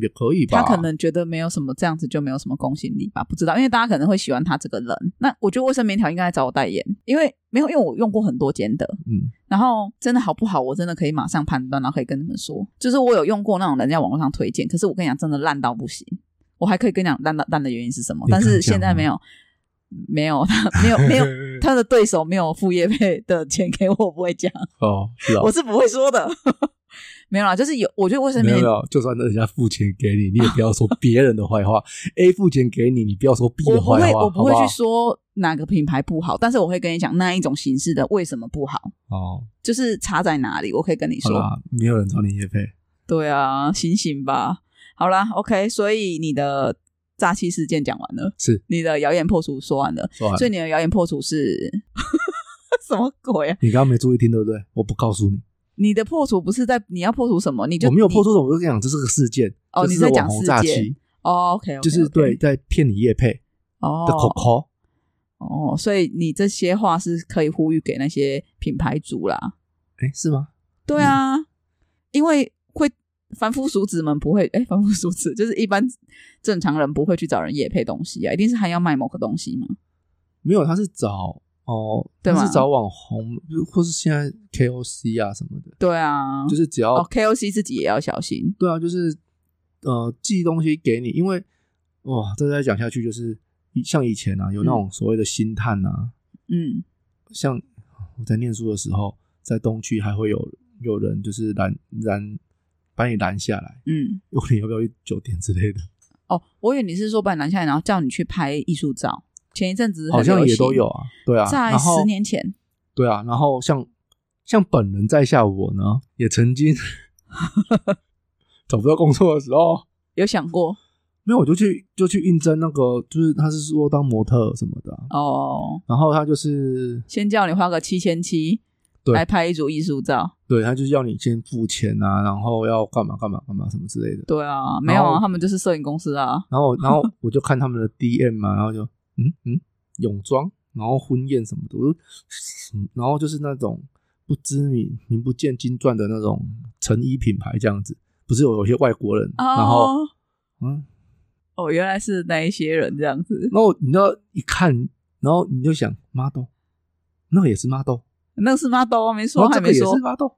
A: 也可以吧。
B: 他可能觉得没有什么这样子就没有什么公信力吧，不知道，因为大家可能会喜欢他这个人。那我觉得卫生棉条应该来找我代言，因为没有，因为我用过很多间的，
A: 嗯，
B: 然后真的好不好，我真的可以马上判断，然后可以跟你们说，就是我有用过那种人家网络上推荐，可是我跟你讲，真的烂到不行。我还可以跟你讲烂到烂的原因是什么，
A: 你
B: 但
A: 敢
B: 是
A: 讲
B: 现在
A: 吗
B: 没有。没有 *laughs* 他没有没有他的对手没有付业配的钱给我，我不会讲，
A: 哦，是啊
B: 我，是不会说的。 *laughs* 没有啦，就是有，我觉得卫生
A: 没
B: 棉
A: 有没有，就算人家付钱给你，你也不要说别人的坏
B: *laughs*
A: 话。A 付钱给你，你不要说 B
B: 我
A: 的
B: 不
A: 坏
B: 会，
A: 话，
B: 我不会
A: 好
B: 去
A: 好
B: 说哪个品牌不好，但是我会跟你讲那一种形式的为什么不好，
A: 哦。
B: 就是差在哪里，我可以跟你
A: 好
B: 说。
A: 啦，没有人找你叶配，
B: 对啊，醒醒吧。好啦，OK，所以你的诈欺事件讲完了，
A: 是
B: 你的谣言破除说完了，
A: 说完
B: 所以你的谣言破除是 *laughs* 什么鬼啊？
A: 你刚刚没注意听，对不对？我不告诉你，
B: 你的破除不是在你要破除什么？你就
A: 我没有
B: 你
A: 破出什么，我就跟你讲，这是个事件，
B: 哦
A: 这
B: 你
A: 是
B: 在讲
A: 网红
B: 事
A: 诈
B: 件
A: 欺，
B: 哦，OK，, o k
A: 就是对在骗你叶配
B: 哦
A: 的口口。
B: 哦，所以你这些话是可以呼吁给那些品牌主啦。
A: 哎，是吗？
B: 对啊，因为会凡夫俗子们不会，哎，凡夫俗子就是一般正常人不会去找人夜配东西啊，一定是还要卖某个东西嘛。
A: 没有，他是找哦，
B: 对
A: 他
B: 吗
A: 是找网红，或是现在 KOC 啊什么的，
B: 对啊，
A: 就是只要
B: 哦，KOC 自己也要小心。
A: 对啊，就是呃寄东西给你，因为哇，这再讲下去就是像以前啊，有那种所谓的星探啊，
B: 嗯，
A: 像我在念书的时候，在东区还会有有人就是拦拦把你拦下来，
B: 嗯，
A: 问你要不要去酒店之类的，
B: 哦，我以为你是说把你拦下来，然后叫你去拍艺术照。前一阵子很
A: 好像
B: 流
A: 也
B: 行
A: 都有，啊，对啊，
B: 在
A: 然后
B: 十年前，
A: 对啊，然后像像本人在下我呢，也曾经
B: *laughs*
A: 找不到工作的时候。
B: 有想过
A: 没有，我就去就去应征那个，就是他是说当模特什么的啊、
B: 哦，
A: 然后他就是
B: 先叫你花个七千七
A: 对
B: 来拍一组艺术照。
A: 对他就是要你先付钱啊，然后要干嘛干嘛干嘛什么之类的。
B: 对啊，没有
A: 然
B: 啊，
A: 后
B: 他们就是摄影公司啊。
A: 然
B: *laughs*
A: 后然后我就看他们的 DM 嘛，然后就嗯嗯泳装，然后婚宴什么的，我就、 *laughs* 嗯然后就是那种不知名名不见经传的那种成衣品牌这样子，不是有有些外国人，然后
B: 哦
A: 嗯，
B: 哦，原来是那一些人这样子，
A: 然后你知道一看，然后你就想 model，那个也是 model。
B: 那个是 model 啊没
A: 然
B: 说
A: 后
B: 还
A: 哦这个
B: 没
A: 也是
B: 说，
A: model，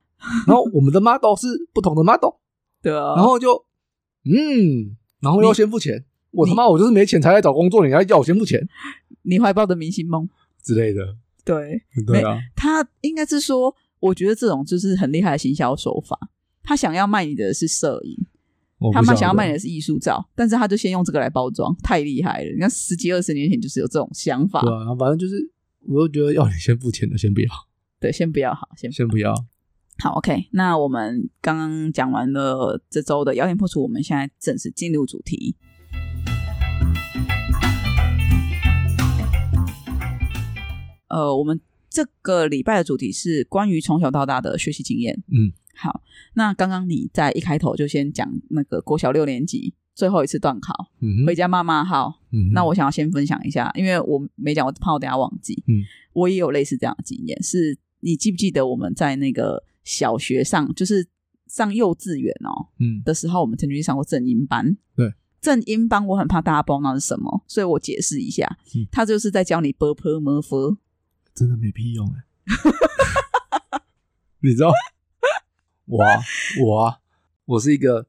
A: 然后我们的 model 是不同的 model，
B: 对啊，
A: 然后就嗯，然后要先付钱，我他妈我就是没钱才来找工作，你还要我先付钱
B: 你怀抱的明星梦，
A: 之类的，
B: 对
A: 对啊，
B: 他应该是说，我觉得这种就是很厉害的行销手法，他想要卖你的是摄影，
A: 我不
B: 他
A: 晓
B: 们
A: 得
B: 想要卖你的是艺术照，但是他就先用这个来包装，太厉害了！你看十几二十年前就是有这种想法，
A: 对啊，然后反正就是，我就觉得要你先付钱的，先不要，
B: 对，先不要好，先
A: 先不要，
B: 好，OK，那我们刚刚讲完了这周的谣言破除，我们现在正式进入主题。呃，我们这个礼拜的主题是关于从小到大的学习经验。
A: 嗯，
B: 好，那刚刚你在一开头就先讲那个国小六年级最后一次段考，
A: 嗯
B: 回
A: 哼，
B: 家骂骂号。
A: 嗯哼
B: 那我想要先分享一下，因为我没讲，我怕我等一下忘记。
A: 嗯，
B: 我也有类似这样的经验，是你记不记得我们在那个小学上，就是上幼稚园哦
A: 嗯
B: 的时候，我们曾经上过正音班。
A: 对，
B: 正音班我很怕大家不知道那是什么，所以我解释一下
A: 嗯，
B: 他就是在教你 b p m f。
A: 真的没屁用哎、 *laughs* 你知道，我啊我啊我是一个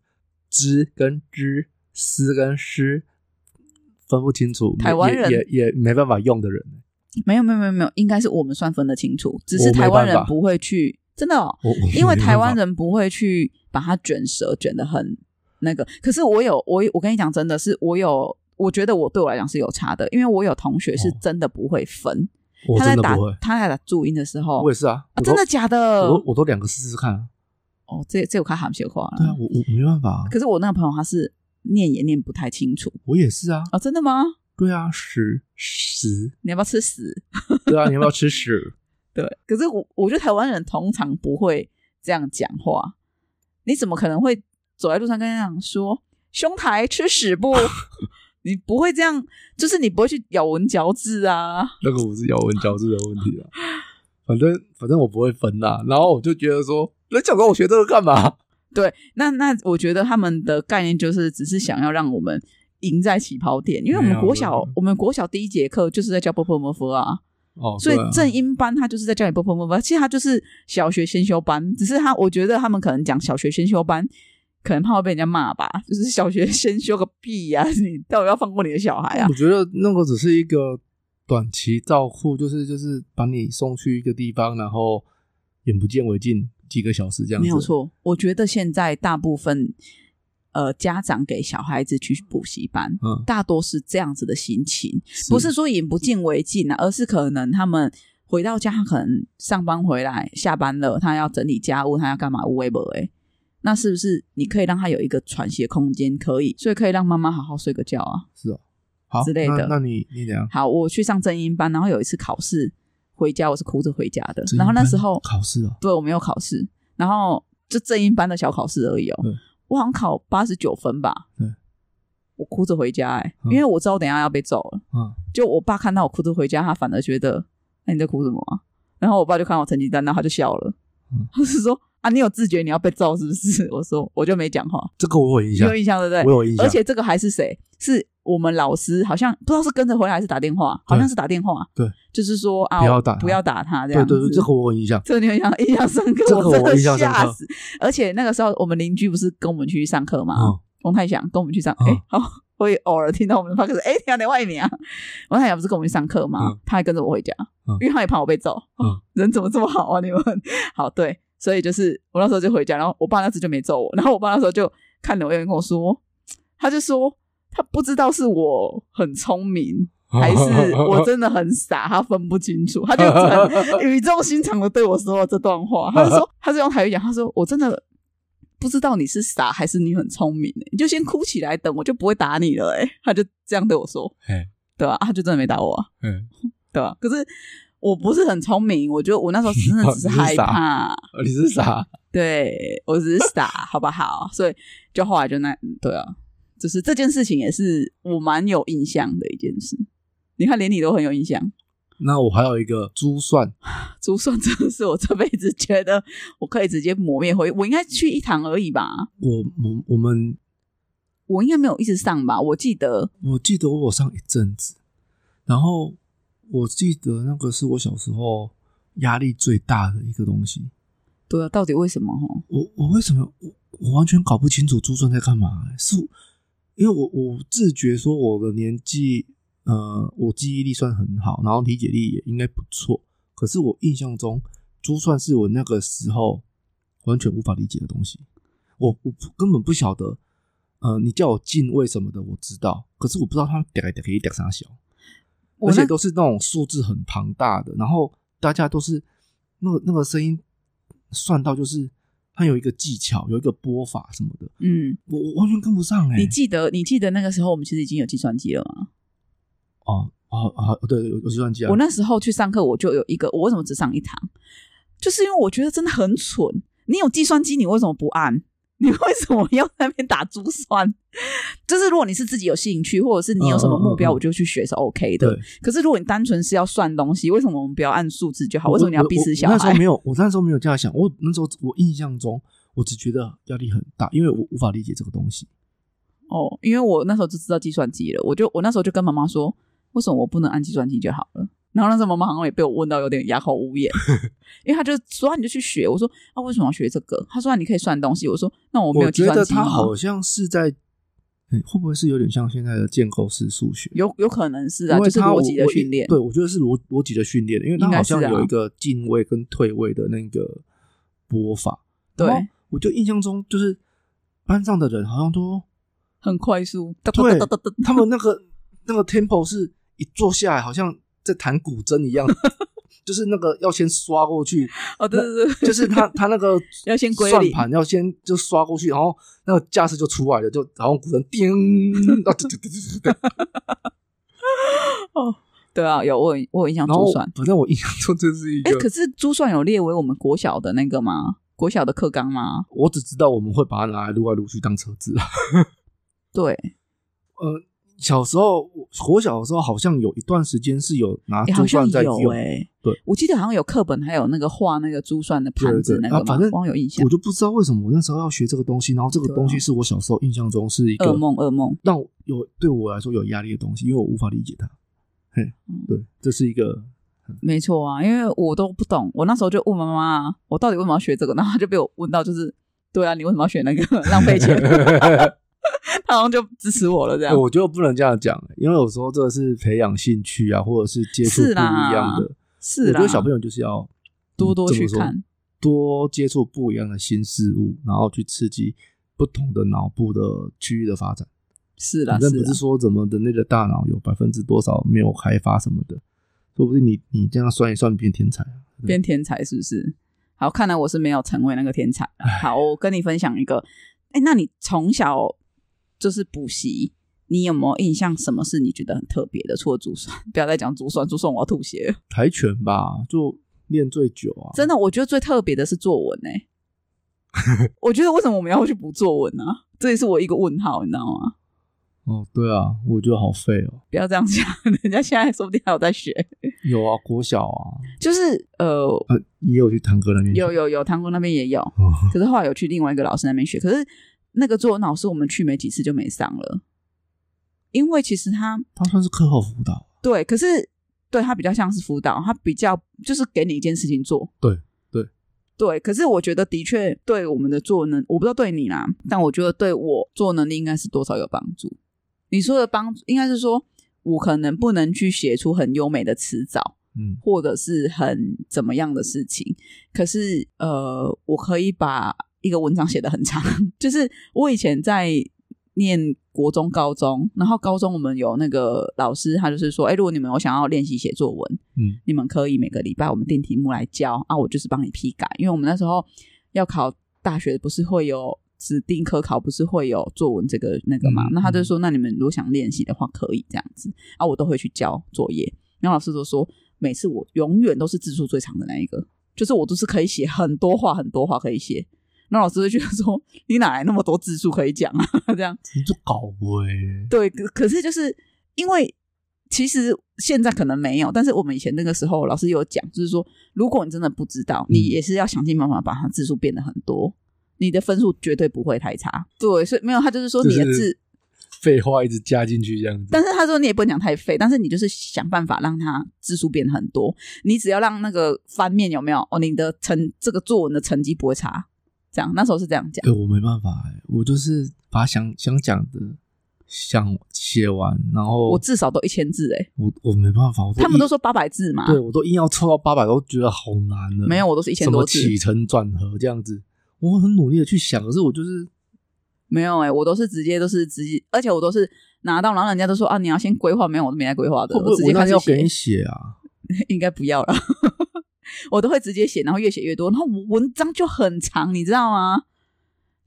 A: 知跟知，思跟诗分不清楚，
B: 台湾
A: 也
B: 人
A: 也也也没办法用的人，
B: 没有没有没有没有，应该是我们算分得清楚，只是
A: 我没
B: 台湾人
A: 办法
B: 不会去，真的哦，
A: 我我
B: 因为台湾
A: 没办法
B: 人不会去把它卷舌卷得很那个。可是我有我我跟你讲，真的是我有，我觉得我对我来讲是有差的，因为我有同学是
A: 哦
B: 真的不会分，
A: 我
B: 他在
A: 真的
B: 打
A: 不会，
B: 他在打注音的时候
A: 我，也是啊，
B: 啊
A: 我都
B: 真的假的？
A: 我都我都两个试试看啊，
B: 哦，这这我看含血话
A: 对啊，
B: 了。
A: 我我我没办法、啊，
B: 可是我那个朋友他是念也念不太清楚
A: 我也是啊，
B: 啊、真的吗？
A: 对啊，屎屎，
B: 你要不要吃屎？
A: 对啊，你要不要吃屎？
B: 对，可是我我觉得台湾人通常不会这样讲话，你怎么可能会走在路上跟人家讲说兄台吃屎不？ *laughs* 你不会这样，就是你不会去咬文嚼字啊。
A: 那个不是咬文嚼字的问题啦，反正反正我不会分啦。然后我就觉得说，人讲说我学这个干嘛？
B: 对，那那我觉得他们的概念就是只是想要让我们赢在起跑点，因为我
A: 没
B: 们
A: 有
B: 国
A: 没
B: 小
A: 有
B: 我们国小第一节课就是在教波波摩佛啊，
A: 哦，
B: 所以
A: 对啊
B: 正音班他就是在教你波波摩佛，其实他就是小学先修班，只是他我觉得他们可能讲小学先修班，可能怕会被人家骂吧，就是
A: 嗯
B: 小学先修个屁呀、你到底要放过你的小孩啊
A: 我？觉得那个只是一个短期照护就是就是把你送去一个地方，然后眼不见为净几个小时这样子，
B: 没有。错。我觉得现在大部分呃家长给小孩子去补习班，
A: 嗯，
B: 大多是这样子的心情，不是说眼不见为净啊，而是可能他们回到家，他可能上班回来，下班了，他要整理家务，他要干嘛？无微不为。那是不是你可以让他有一个喘息的空间？可以，所以可以让妈妈好好睡个觉啊。
A: 是哦，好
B: 之类的
A: 那那你你怎样？
B: 好，我去上正音班，然后有一次考试回家，我是哭着回家的。然后那时候
A: 嗯考试哦，
B: 对我没有考试，然后就正音班的小考试而已哦
A: 对。
B: 我好像考八十九分吧。
A: 对，
B: 我哭着回家、哎、
A: 嗯
B: 因为我知道我等一下要被揍了。
A: 嗯，
B: 就我爸看到我哭着回家，他反而觉得，那、你在哭什么啊？然后我爸就看我成绩单，然后他就笑了，
A: 嗯
B: *laughs* 他是说啊，你有自觉你要被揍是不是？ *laughs* 我说我就没讲话，
A: 这个我有印
B: 你
A: 象
B: 有，印象对不对？
A: 我有印象，
B: 而且这个还是谁？是我们老师，好像不知道是跟着回来还是打电话，好像是打电话。
A: 对，
B: 就是说啊，
A: 不要打他
B: 不要打他这
A: 对
B: 样
A: 对对，
B: 子
A: 这个我有印象，
B: *laughs* 这个你有印象印象深刻，
A: 这个
B: 我真
A: 我
B: 的
A: 印象深刻
B: 吓死。而且那个时候我们邻居不是跟我们去上课嘛，
A: 嗯
B: 翁太祥跟我们去上，
A: 嗯
B: 哎、哦，我也偶尔听到
A: *laughs*
B: 我们的 podcast，哎，你在外面啊？翁太祥不是跟我们去上课嘛，
A: 嗯
B: 他还跟着我回家，
A: 嗯
B: 因为他也怕我被揍。
A: 嗯
B: *laughs* 人怎么这么好啊？你们 *laughs* 好对，所以就是我那时候就回家，然后我爸那次就没揍我，然后我爸那时候就看了我一眼跟我说，他就说他不知道是我很聪明， *laughs*
A: 嗯
B: 还
A: *laughs*
B: 是我真的很傻，他分不清楚，他就很 *laughs* 语重心长的对我说了这段话。他就
A: *laughs*
B: 说，他是用台语讲，他说我真的不知道你是傻还是你很聪明、欸，你就先哭起来，等我就不会打你了、欸。哎，他就这样对我说
A: 嘿，
B: 对吧、啊？他就真的没打我、啊，
A: 嗯，
B: 对吧、可是我不是很聪明，我觉得我那时候真的只是
A: *laughs* 你是
B: 害
A: 傻
B: 怕，
A: 哦你是傻，
B: 对我只是傻，好不好？所以就后来就那对啊，就是这件事情也是我蛮有印象的一件事。你看，连你都很有印象。
A: 那我还有一个珠算，
B: 珠算真的是我这辈子觉得我可以直接磨灭回，我应该去一堂而已吧，
A: 我我我们
B: 我应该没有一直上吧，我记得
A: 我记得我有上一阵子，然后我记得那个是我小时候压力最大的一个东西。
B: 对啊，到底为什么吼？
A: 我我为什么我我完全搞不清楚珠算在干嘛、欸是因为我我自觉说我的年纪，呃，我记忆力算很好，然后理解力也应该不错，可是我印象中珠算是我那个时候完全无法理解的东西，我我不根本不晓得。呃，你叫我进位什么的，我知道，可是我不知道它点来点去点啥小。
B: 我
A: 而
B: 那
A: 且都是那种数字很庞大的，然后大家都是那个那个声音算到就是它有一个技巧，有一个播法什么的，
B: 嗯，
A: 我我完全跟不上哎、
B: 你记得你记得那个时候我们其实已经有计算机了吗？
A: 哦哦哦，对，有有计算机啊，
B: 我那时候去上课我就有一个，我为什么只上一堂？就是因为我觉得真的很蠢。你有计算机，你为什么不按？ *laughs* 你为什么要在那边打珠算？ *laughs* 就是如果你是自己有兴趣，或者是你有什么目
A: 嗯
B: 标，
A: 嗯嗯嗯
B: 我就去学是 OK 的。
A: 对，
B: 可是如果你单纯是要算东西，为什么我们不要按数字就好？为什么你要
A: 我
B: 逼死小
A: 我我那时候
B: 孩？
A: 没有，我那时候没有这样想，我那时候我印象中我只觉得压力很大，因为我无法理解这个东西。
B: 哦，因为我那时候就知道计算机了，我就我那时候就跟妈妈说，为什么我不能按计算机就好了？然后那时候妈妈好像也被我问到有点哑口
A: *laughs*
B: 无言，因为她就说啊你就去学，我说啊为什么要学这个？她说、啊、你可以算东西，我说那我没有
A: 我
B: 计
A: 觉
B: 算
A: 得
B: 机吗
A: 它好像是在，嗯会不会是有点像现在的建构式数学？
B: 有有可能是啊，
A: 因
B: 就
A: 为
B: 是
A: 它
B: 逻辑的训练
A: 我，对，我觉得是逻逻辑的训练，因为它
B: 应该
A: 好像
B: 是啊
A: 有一个进位跟退位的那个播法。
B: 对，
A: 然后我就印象中就是班上的人好像都
B: 很快速，哒哒
A: 对
B: 哒哒哒哒
A: 他们那个那个 tempo 是一坐下来好像在弹古筝一样， *laughs* 就是那个要先刷过去，
B: 哦对对对，
A: 就是他他那个
B: *laughs* 要先归
A: 算
B: 零
A: 盘要先就刷过去，然后那个架势就出来了，就然后古筝叮，啊对对对对对
B: *laughs*
A: 对
B: 对啊，有我有我有印象
A: 然
B: 珠
A: 后
B: 算，
A: 反正我印象中这是一
B: 哎、
A: 个
B: 可是珠算有列为我们国小的那个吗？国小的课纲吗？
A: 我只知道我们会把它拿来撸来撸去当车子。
B: 对，
A: 呃，小时候我我小的时候好像有一段时间是有拿
B: 诶
A: 啊珠
B: 好像
A: 算在用，
B: 有哎、
A: 对，
B: 我记得好像有课本，还有那个画那个珠算的盘子
A: 对对对
B: 那个
A: 啊
B: 嘛，
A: 反正
B: 光有印象
A: 我。就不知道为什么我那时候要学这个东西，然后这个
B: 对啊
A: 东西是我小时候印象中是一
B: 噩
A: 个
B: 梦，噩梦。
A: 让我有对我来说有压力的东西，因为我无法理解它。嘿，
B: 嗯
A: 对，这是一个
B: 没错啊，因为我都不懂，我那时候就问妈妈， *laughs*
A: *laughs*
B: 我到底为什么要学这个，然后她就被我问到，就是对啊，你为什么要学那个，浪费钱。他好像就支持我了这样
A: 欸。我觉得不能这样讲，因为有时候这个是培养兴趣啊，或者是接触不
B: 是
A: 一
B: 啦
A: 样的。
B: 是
A: 我觉
B: 啦
A: 得，小朋友就是要
B: 多多
A: 嗯
B: 去，
A: 怎么说
B: 看，
A: 多接触不一样的新事物，然后去刺激不同的脑部的区域的发展。
B: 是啦
A: 反正
B: 是
A: 不
B: 啦
A: 是，说怎么人类的大脑有百分之多少没有开发什么的，说不定你你这样算一算，你变天才啊。
B: 变天才是不是？好，看来我是没有成为那个天才啦。好，我跟你分享一个，哎、那你从小就是补习，你有没有印象什么是你觉得很特别的？除了珠算，不要再讲珠算，珠算我要吐血了。
A: 跆拳吧，就练最久啊。
B: 真的，我觉得最特别的是作文哎、我觉得为什么我们要去补作文呢、啊这也是我一个问号，你知道吗？
A: 哦，对啊，我觉得好废哦。
B: 不要这样讲，人家现在说不定还有在学。
A: 有啊，国小啊，
B: 就是呃，
A: 呃，也有去堂哥那边学
B: 有有有，唐国那边也有，
A: 嗯哦
B: 可是后来有去另外一个老师那边学，可是那个作文老师我们去没几次就没上了，因为其实他
A: 他算是课后辅导，啊
B: 对，可是对他比较像是辅导，他比较就是给你一件事情做，
A: 对对
B: 对。可是我觉得的确对我们的作文能，我不知道对你啦，但我觉得对我作文能力应该是多少有帮助。你说的帮助应该是说我可能不能去写出很优美的词藻，
A: 嗯，
B: 或者是很怎么样的事情，可是呃，我可以把一个文章写得很长。 *laughs* 就是我以前在念国中、高中，然后高中我们有那个老师，他就是说，哎、如果你们有想要练习写作文，
A: 嗯，
B: 你们可以每个礼拜我们定题目来教啊，我就是帮你批改，因为我们那时候要考大学，不是会有。指定科考不是会有作文这个那个嘛？
A: 嗯
B: 那他就说，那你们如果想练习的话，可以这样子啊，我都会去交作业。然后老师就说，每次我永远都是字数最长的那一个，就是我都是可以写很多话，很多话可以写。那老师就觉得说，你哪来那么多字数可以讲啊？ *laughs* 这样
A: 你就搞喂，
B: 对，可可是就是因为其实现在可能没有，但是我们以前那个时候老师有讲，就是说，如果你真的不知道，你
A: 嗯
B: 也是要想尽办法把它字数变得很多，你的分数绝对不会太差。对，所以没有他就是说你的
A: 就
B: 字。
A: 是废话一直加进去这样子。
B: 但是他说你也不能讲太废，但是你就是想办法让它字数变很多。你只要让那个翻面有没有哦，你的成这个作文的成绩不会差。这样那时候是这样讲，
A: 哎、我没办法、欸，我就是把想想讲的想写完，然后
B: 我至少都一千字哎、
A: 我我没办法，我
B: 他们
A: 硬
B: 都说八百字嘛，
A: 对我都硬要凑到八百，都觉得好难了。
B: 没有，我都是一千
A: 什
B: 多
A: 么
B: 字，
A: 起承转合这样子，我很努力的去想，可是我就是
B: 没有哎、我都是直接都是直接，而且我都是拿到，然后人家都说啊，你要先规划，没有我都没在规划的，
A: 会不会
B: 我直
A: 我
B: 接
A: 那
B: 开始
A: 要
B: 写
A: 给你，写啊？
B: *laughs* 应该不要了， *laughs* 我都会直接写，然后越写越多，然后文章就很长，你知道吗？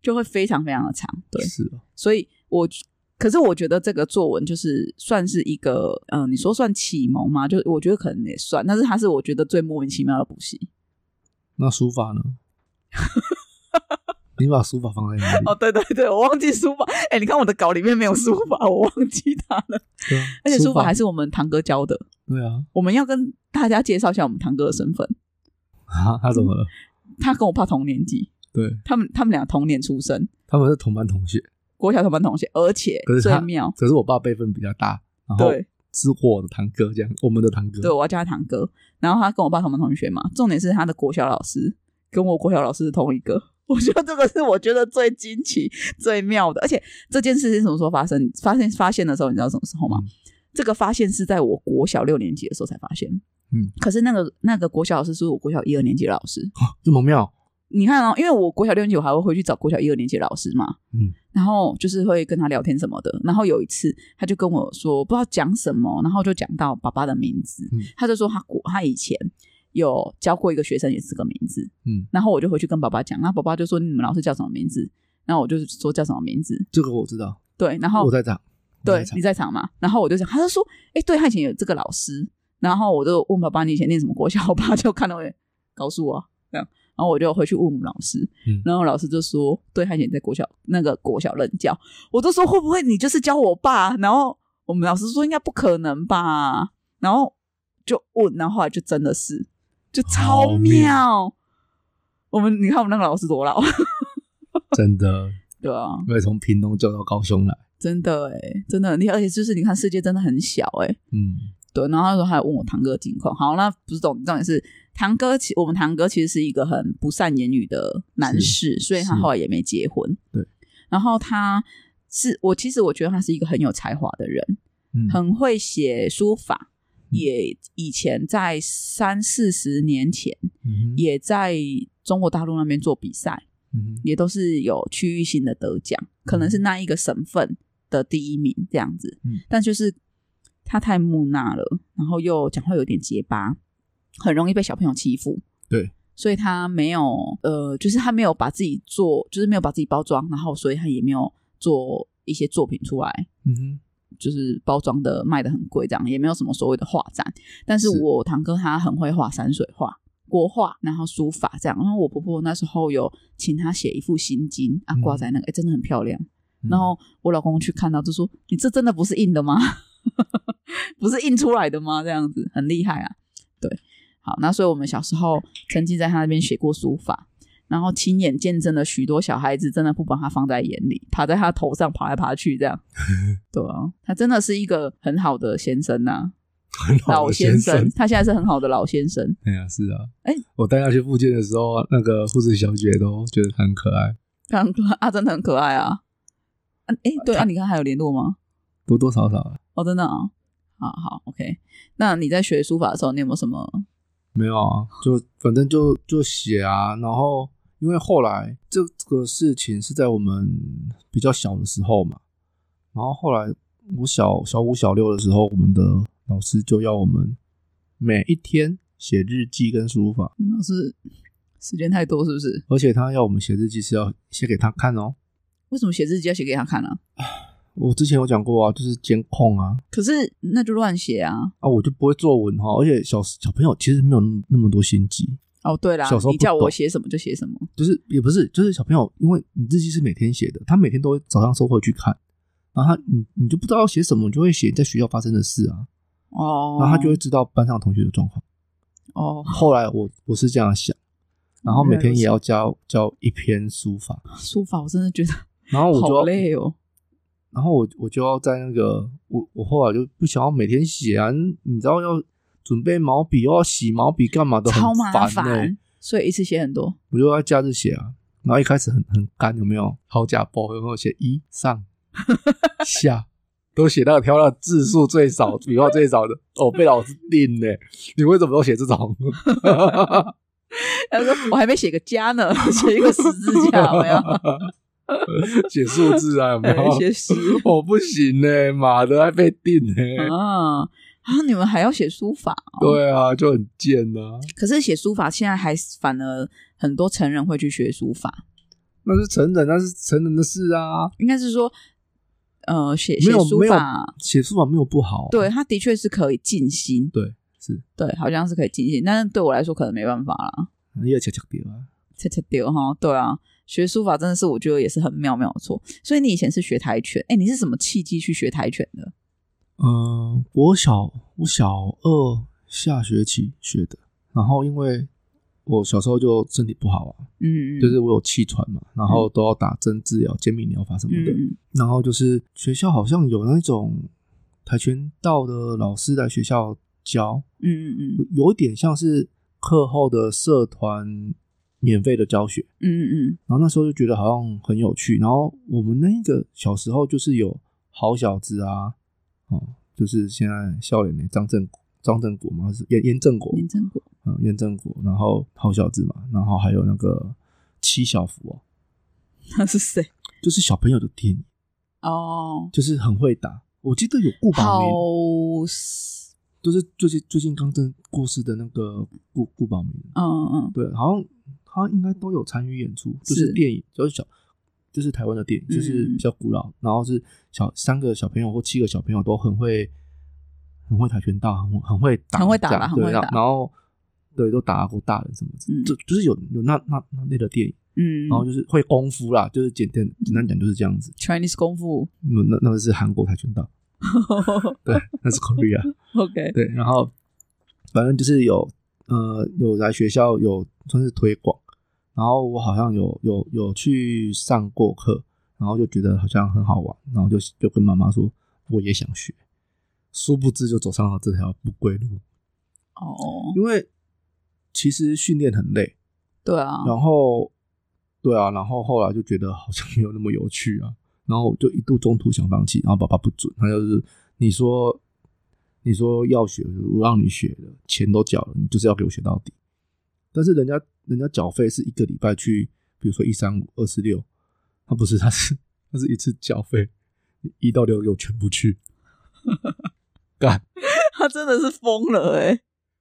B: 就会非常非常的长，对，
A: 是啊，
B: 所以我可是我觉得这个作文就是算是一个，嗯、你说算启蒙吗？就我觉得可能也算，但是它是我觉得最莫名其妙的补习。
A: 那书法呢？ *laughs* 你把书法放在哪里？
B: 哦，对对对，我忘记书法， *laughs* 哎、你看我的稿里面没有书法，我忘记它了。
A: 对啊，
B: 而且书法还
A: 是
B: 是我们堂哥教的，
A: 对啊 *laughs*
B: 我们要跟大家介绍一下我们堂哥的身份。
A: 啊，他怎么了？
B: 他跟我爸同年级，
A: 对
B: 他们他们俩同年出生，
A: 他们是同班同学，
B: 国小同班同学，而且
A: 可是
B: 最
A: 他哦
B: 妙，
A: 可是我爸辈分比较大，然后
B: 对
A: 是我的堂哥这样，我们的堂哥
B: 对，我要叫他堂哥。然后他跟我爸同班同学嘛，重点是他的国小老师跟我国小老师是同一个。我觉得这个是我觉得最惊奇、最妙的，而且这件事是什么时候发生？发现发现的时候，你知道什么时候吗？
A: 嗯
B: 这个发现是在我国小六年级的时候才发现。
A: 嗯，
B: 可是那个那个国小老师是我国小一二年级的老师，
A: 这么妙，
B: 你看哦，因为我国小六年级，我还会回去找国小一二年级的老师嘛，
A: 嗯，
B: 然后就是会跟他聊天什么的。然后有一次，他就跟我说，不知道讲什么，然后就讲到爸爸的名字，
A: 嗯
B: 他就说他国他以前有教过一个学生，也是这个名字，
A: 嗯，
B: 然后我就回去跟爸爸讲，那爸爸就说你们老师叫什么名字？然后我就说叫什么名字，
A: 这个我知道，
B: 对，然后
A: 我在场，我
B: 对
A: 在，场
B: 你在场嘛？然后我就想，他就说，哎、对他以前有这个老师，然后我就问爸爸，你以前念什么国小？我爸就看到我，告诉我啊这样，然后我就回去问我们老师，
A: 嗯
B: 然后老师就说，对他以前在国小那个国小任教，我就说会不会你就是教我爸？然后我们老师说应该不可能吧，然后就问，然后后来就真的是，就超
A: 好
B: 妙。
A: 妙
B: 我们你看我们那个老师多老， *laughs*
A: 真的，
B: 对啊，
A: 因为从屏东叫到高雄来，
B: 真的哎、真的很厉害，而且就是你看世界真的很小哎、
A: 嗯，
B: 对，然后那时候还有问我堂哥的情况。好，那不是重点，重点是堂哥其我们堂哥其实是一个很不善言语的男士，所以他
A: 是
B: 后来也没结婚。
A: 对，
B: 然后他是我其实我觉得他是一个很有才华的人，
A: 嗯，
B: 很会写书法，也以前在三四十年前
A: 嗯哼
B: 也在中国大陆那边做比赛，
A: 嗯哼
B: 也都是有区域性的得奖，可能是那一个省份的第一名这样子。
A: 嗯
B: 但就是他太木讷了，然后又讲话有点结巴，很容易被小朋友欺负。
A: 对，
B: 所以他没有呃，就是他没有把自己做，就是没有把自己包装，然后所以他也没有做一些作品出来。
A: 嗯哼，
B: 就是包装的卖的很贵，这样也没有什么所谓的画展。但是
A: 是
B: 我堂哥他很会画山水画、国画，然后书法这样。然后我婆婆那时候有请他写一副心经啊，
A: 嗯
B: 挂在那个，哎、真的很漂亮。
A: 嗯
B: 然后我老公去看到就说：“你这真的不是印的吗？ *laughs* 不是印出来的吗？这样子很厉害啊！”对，好，那所以我们小时候曾经在他那边写过书法，然后亲眼见证了许多小孩子真的不把他放在眼里，爬在他头上爬来爬去
A: *laughs*
B: 这样。对啊，他真的是一个很好的先生呐、
A: 很好
B: 老
A: 的
B: 先
A: 生，
B: 他现在是很好的老先生。
A: 哎呀，是啊，
B: 哎
A: 我带他去复健的时候，那个护士小姐都觉得他很可爱，
B: 他很可爱啊，真的很可爱啊。嗯、哎，对啊，你看还有联络吗？
A: 多多少少啊
B: 哦，真的啊、好好，OK。那你在学书法的时候，你有没有什么？
A: 没有啊，就反正就就写啊，然后因为后来这个事情是在我们比较小的时候嘛，然后后来我小小五小六的时候，我们的老师就要我们每一天写日记跟书法，
B: 你们老师时间太多是不是？
A: 而且他要我们写日记是要写给他看哦。
B: 为什么写日记要写给他看啊？
A: 我之前有讲过啊，就是监控啊，
B: 可是那就乱写啊。
A: 啊，我就不会作文哈、而且小小朋友其实没有那那么多心机，
B: 哦，对啦
A: 小时，候
B: 你叫
A: 不懂
B: 我写什么就写什么。
A: 就是也不是，就是小朋友，因为你日记是每天写的，他每天都会早上收回去看，然后他你你就不知道要写什么，你就会写在学校发生的事啊，
B: 哦，
A: 然后他就会知道班上同学的状况。
B: 哦，
A: 后来我我是这样想，然后每天也要教教一篇书法，
B: 书法我真的觉得
A: 然后我就
B: 好
A: 要
B: 累哦。
A: 然后我我就要在那个我我后来就不想要每天写啊，你知道要准备毛笔，又要洗毛笔干嘛的，
B: 超
A: 很
B: 麻
A: 烦欸
B: 烦，所以一次写很多。
A: 我就在假日写啊，然后一开始很很干，有没有？好假包有没有写一上
B: *laughs*
A: 下？都写到挑到字数最少、笔画最少的，哦，被老师定呢。你为什么都写这种？
B: 他说我还没写个家呢， *laughs* 写一个十字架有没有？
A: 写数字啊，有 *laughs* 没有
B: 啊 *laughs* 哎？
A: *laughs*
B: 写诗
A: 我不行呢，妈的还被定呢。
B: 啊啊！你们还要写书法哦？
A: 对啊，就很贱呐、啊。
B: 可是写书法现在还反而很多成人会去学书法，
A: 那是成人，那是成人的事啊。
B: 应该是说，呃，写写
A: 没有
B: 书
A: 没有
B: 法，
A: 写书法没有不好、啊，
B: 对，他的确是可以静心，
A: 对是，
B: 对，好像是可以静心，但是对我来说可能没办法啦，
A: 你也切切掉啊。
B: 切切丢哈，对啊。学书法真的是我觉得也是很妙妙的错，所以你以前是学跆拳，哎，你是什么契机去学跆拳的？
A: 嗯，我小我小二下学期学的，然后因为我小时候就身体不好啊，
B: 嗯，
A: 就是我有气喘嘛，然后都要打针治疗、减敏疗法什么
B: 嗯
A: 的。
B: 嗯
A: 然后就是学校好像有那种跆拳道的老师来学校教，
B: 嗯嗯嗯
A: 有点像是课后的社团免费的教学。
B: 嗯
A: 然后那时候就觉得好像很有趣。然后我们那个小时候就是有好小子啊，哦，就是现在笑脸的张正国张正国嘛，是严严正国
B: 嗯，，严正国，
A: 嗯，严正国，然后好小子嘛，然后还有那个七小福哦，
B: 他是谁？
A: 就是小朋友的电影，
B: 哦，
A: 就是很会打。我记得有顾宝
B: 好
A: 明，就是最近最近刚正过世的那个顾顾宝明，啊
B: 嗯嗯
A: 对，好像他应该都有参与演出，就是
B: 是
A: 电影，就是小，就是台湾的电影，就是
B: 嗯
A: 比较古老，然后是小三个小朋友或七个小朋友都很会，很会跆拳道，很很会打，
B: 很会打
A: 这
B: 啦
A: 样
B: 很会
A: 对然
B: 打
A: 然后对都打过大人什么之，
B: 嗯
A: 就就是有有那那那类的电影，
B: 嗯，
A: 然后就是会功夫啦，就是简单简单讲就是这样子，
B: Chinese 功夫 *laughs*
A: 那那那个是韩国跆拳道，对，那是 Korea。
B: ，OK，
A: 对，然后反正就是有呃有来学校有算是推广，然后我好像有有有去上过课，然后就觉得好像很好玩，然后就就跟妈妈说我也想学，殊不知就走上了这条不归路，
B: 哦，
A: 因为其实训练很累，
B: 对啊，
A: 然后对啊，然后后来就觉得好像没有那么有趣啊，然然后我就一度中途想放弃，然后爸爸不准，他就是你说你说要学，我让你学了，钱都缴了，你就是要给我学到底。但是人家人家缴费是一个礼拜去，比如说一三五、二四六，他不是，他是他是一次缴费，一到六给我全部去。干，
B: 他真的是疯了哎、